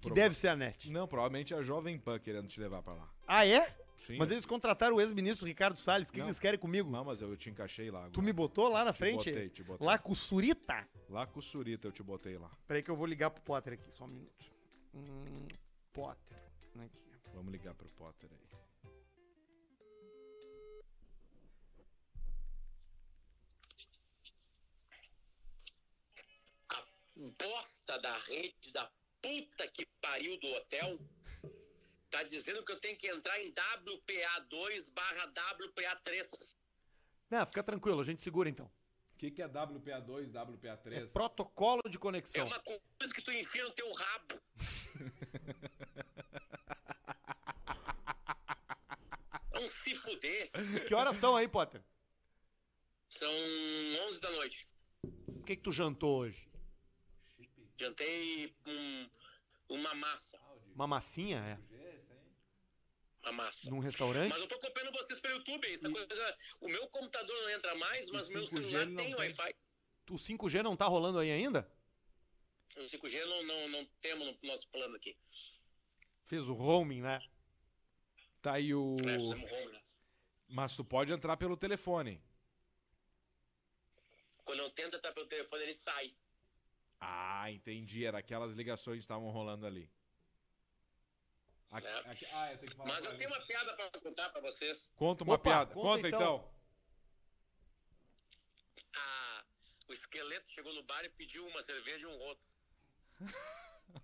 S1: Que
S2: Prova-
S1: deve ser a NET.
S2: Não, provavelmente é a Jovem Pan querendo te levar pra lá.
S1: Ah, é?
S2: Sim.
S1: Mas eles contrataram o ex-ministro Ricardo Salles. O que, que
S2: Não.
S1: eles querem comigo?
S2: Não, mas eu te encaixei lá. Agora.
S1: Tu me botou lá na
S2: Te
S1: frente?
S2: Botei, te botei.
S1: Lá com o Surita?
S2: Lá com o Surita eu te botei lá.
S1: Peraí que eu vou ligar pro Potter aqui, só um minuto. Hum, Potter. né, Aqui.
S2: Vamos ligar pro Potter aí.
S7: bosta da rede da puta que pariu do hotel tá dizendo que eu tenho que entrar em WPA2 barra WPA3.
S1: Não, fica tranquilo, a gente segura então.
S2: O que, que é WPA2, WPA3?
S1: É protocolo de
S7: É
S1: conexão.
S7: uma coisa que tu enfia no teu rabo. Vão se fuder.
S1: Que horas são aí, Potter?
S7: São 11 da noite.
S1: O que, que tu jantou hoje?
S7: Jantei um, uma massa.
S1: Uma massinha, é?
S7: Uma massa.
S1: Num restaurante?
S7: Mas eu tô copiando vocês pelo YouTube. Essa coisa, o meu computador não entra mais, mas o meu
S2: 5G
S7: celular
S2: não
S7: tem
S2: tem.
S7: Wi-Fi.
S1: O 5G não tá rolando aí ainda?
S7: O 5G não, não, não temos no nosso plano aqui.
S1: Fez o roaming, né?
S2: Tá aí o.
S7: Né? Fizemos home, né?
S2: Mas tu pode entrar pelo telefone.
S7: Quando eu tento entrar pelo telefone, ele sai.
S2: Ah, entendi. Era aquelas ligações que estavam rolando ali. Aqui-
S7: É.
S2: aqui- ah, eu tenho que falar
S7: Mas
S2: com
S7: eu
S2: ele.
S7: tenho uma piada pra contar pra vocês.
S2: Conta uma
S1: Opa,
S2: piada.
S1: conta
S2: Conta,
S1: então.
S2: então.
S7: Ah, o esqueleto chegou no bar e pediu uma cerveja e um roto.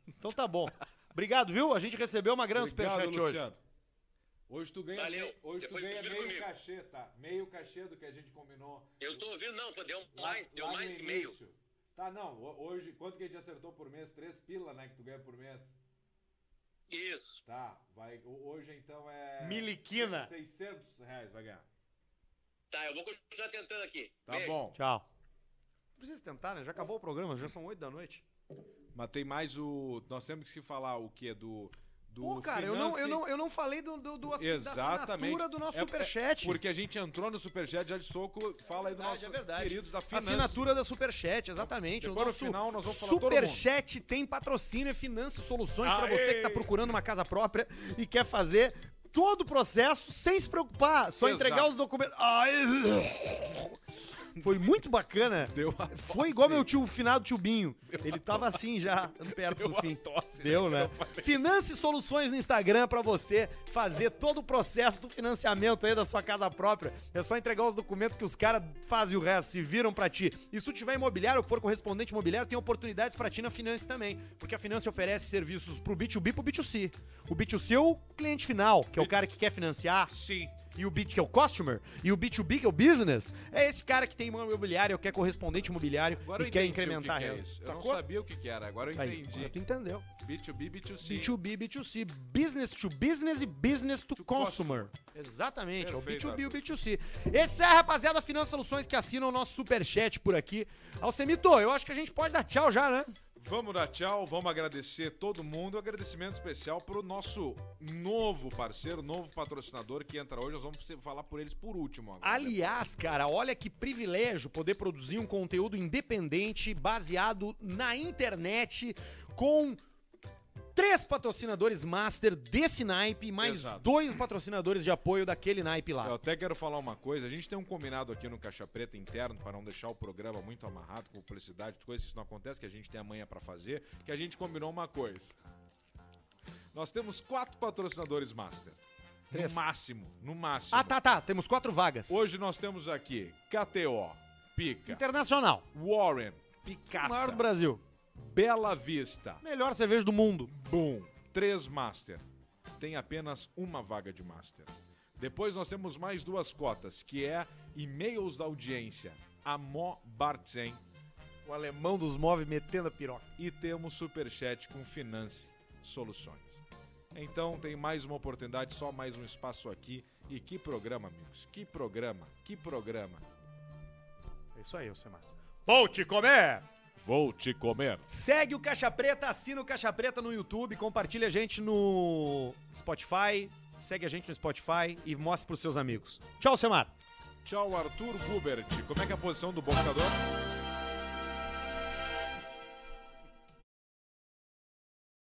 S1: Então tá bom. Obrigado, viu? A gente recebeu uma grande
S2: Obrigado,
S1: um superchat hoje.
S2: Luciano. Hoje tu ganha,
S7: Valeu.
S2: Hoje tu
S7: Depois
S2: ganha
S7: divide
S2: meio
S7: comigo.
S2: cachê, tá? Meio cachê do que a gente combinou.
S7: Eu tô ouvindo, não, foi- deu
S2: lá-
S7: mais, deu
S2: lá no
S7: mais que meio.
S2: início. Tá, não. ho- Hoje, quanto que a gente acertou por mês? Três pila, né? Que tu ganha por mês.
S7: Isso.
S2: Tá, vai. ho- Hoje então é.
S1: Miliquina.
S2: 600 reais vai ganhar.
S7: Tá, eu vou continuar tentando aqui.
S2: Tá
S7: Beijo.
S2: bom.
S1: Tchau. Não precisa tentar, né? Já acabou o programa, já são 8 da noite.
S2: Mas tem mais o. Nós temos que falar o que? Do. do
S1: Pô, cara, eu não, eu,
S2: finance-
S1: não, eu não falei do, do, do assi- da
S2: Exatamente.
S1: assinatura do nosso
S2: É- é-
S1: superchat.
S2: Porque a gente entrou no Superchat já de soco. Fala aí do
S1: Verdade,
S2: nosso
S1: é verdade.
S2: queridos da finança.
S1: Assinatura da Superchat, exatamente.
S2: Tá Depois
S1: o
S2: no
S1: nosso
S2: final nós vamos falar todo
S1: Superchat tem patrocínio e finanças soluções pra você que tá procurando uma casa própria e quer fazer todo o processo sem se preocupar, só
S2: Exato.
S1: entregar os documentos. Ai, Foi muito bacana.
S2: Deu a
S1: Foi
S2: tosse.
S1: igual meu tio, o finado tio Binho. Ele tava assim já, perto
S2: Deu
S1: do
S2: a
S1: fim.
S2: tosse,
S1: Deu, né? Finance Soluções no Instagram pra você fazer todo o processo do financiamento aí da sua casa própria. É só entregar os documentos que os caras fazem o resto, se viram pra ti. E se tu tiver imobiliário ou for correspondente imobiliário, tem oportunidades pra ti na Finance também. Porque a Finance oferece serviços pro B2B e pro B2C. O B2C é o cliente final, que é o cara que quer financiar
S2: Sim.
S1: e o B, que é o customer, e o B2B, que é o business, é esse cara que tem imóvel imobiliário, que é correspondente imobiliário
S2: Agora eu
S1: e quer
S2: entendi
S1: incrementar
S2: o que que
S1: a
S2: é
S1: renda.
S2: isso. Eu não
S1: Sacou?
S2: sabia o que, que era, agora eu
S1: Tá aí,
S2: entendi.
S1: agora tu entendeu.
S2: B2B, B2C.
S1: B2B, B2C, business to business e business to, consumer. Exatamente,
S2: Perfeito,
S1: é o B2B e o B2C. Esse é a rapaziada Finanças Soluções que assina o nosso superchat por aqui. Alcemito, eu acho que a gente pode dar tchau já, né?
S2: Vamos dar tchau, vamos agradecer todo mundo. Agradecimento especial pro nosso novo parceiro, novo patrocinador que entra hoje. Nós vamos falar por eles por último agora. né?
S1: Aliás, cara, olha que privilégio poder produzir um conteúdo independente baseado na internet com três patrocinadores master desse naipe, mais
S2: Exato.
S1: dois patrocinadores de apoio daquele naipe
S2: Eu
S1: lá.
S2: até quero falar uma coisa. A gente tem um combinado aqui no Caixa Preta interno para não deixar o programa muito amarrado com publicidade, coisas isso não acontece, que a gente tem amanhã para fazer, que a gente combinou uma coisa. Nós temos quatro patrocinadores master.
S1: Três.
S2: No máximo, no máximo.
S1: Ah, tá, tá. Temos quatro vagas.
S2: Hoje nós temos aqui KTO, Pica,
S1: Internacional.
S2: Warren,
S1: Maior do
S2: Picasso,
S1: Brasil.
S2: Bela Vista,
S1: Melhor cerveja do mundo.
S2: Boom, três Master. Tem apenas uma vaga de Master. Depois nós temos mais duas cotas, que é e-mails da audiência, Amó Bartzen,
S1: O alemão dos móveis metendo a piroca.
S2: e temos superchat com Finance Soluções. Então tem mais uma oportunidade, só mais um espaço aqui. E que programa, amigos, que programa, que programa.
S1: É isso aí, Alcemar. Vou te comer!
S5: Vou te comer.
S1: Segue o Caixa Preta, assina o Caixa Preta no YouTube, compartilha a gente no Spotify, segue a gente no Spotify e mostra pros seus amigos. Tchau, Semar.
S2: Tchau, Arthur Gubert. Como é que é a posição do boxeador?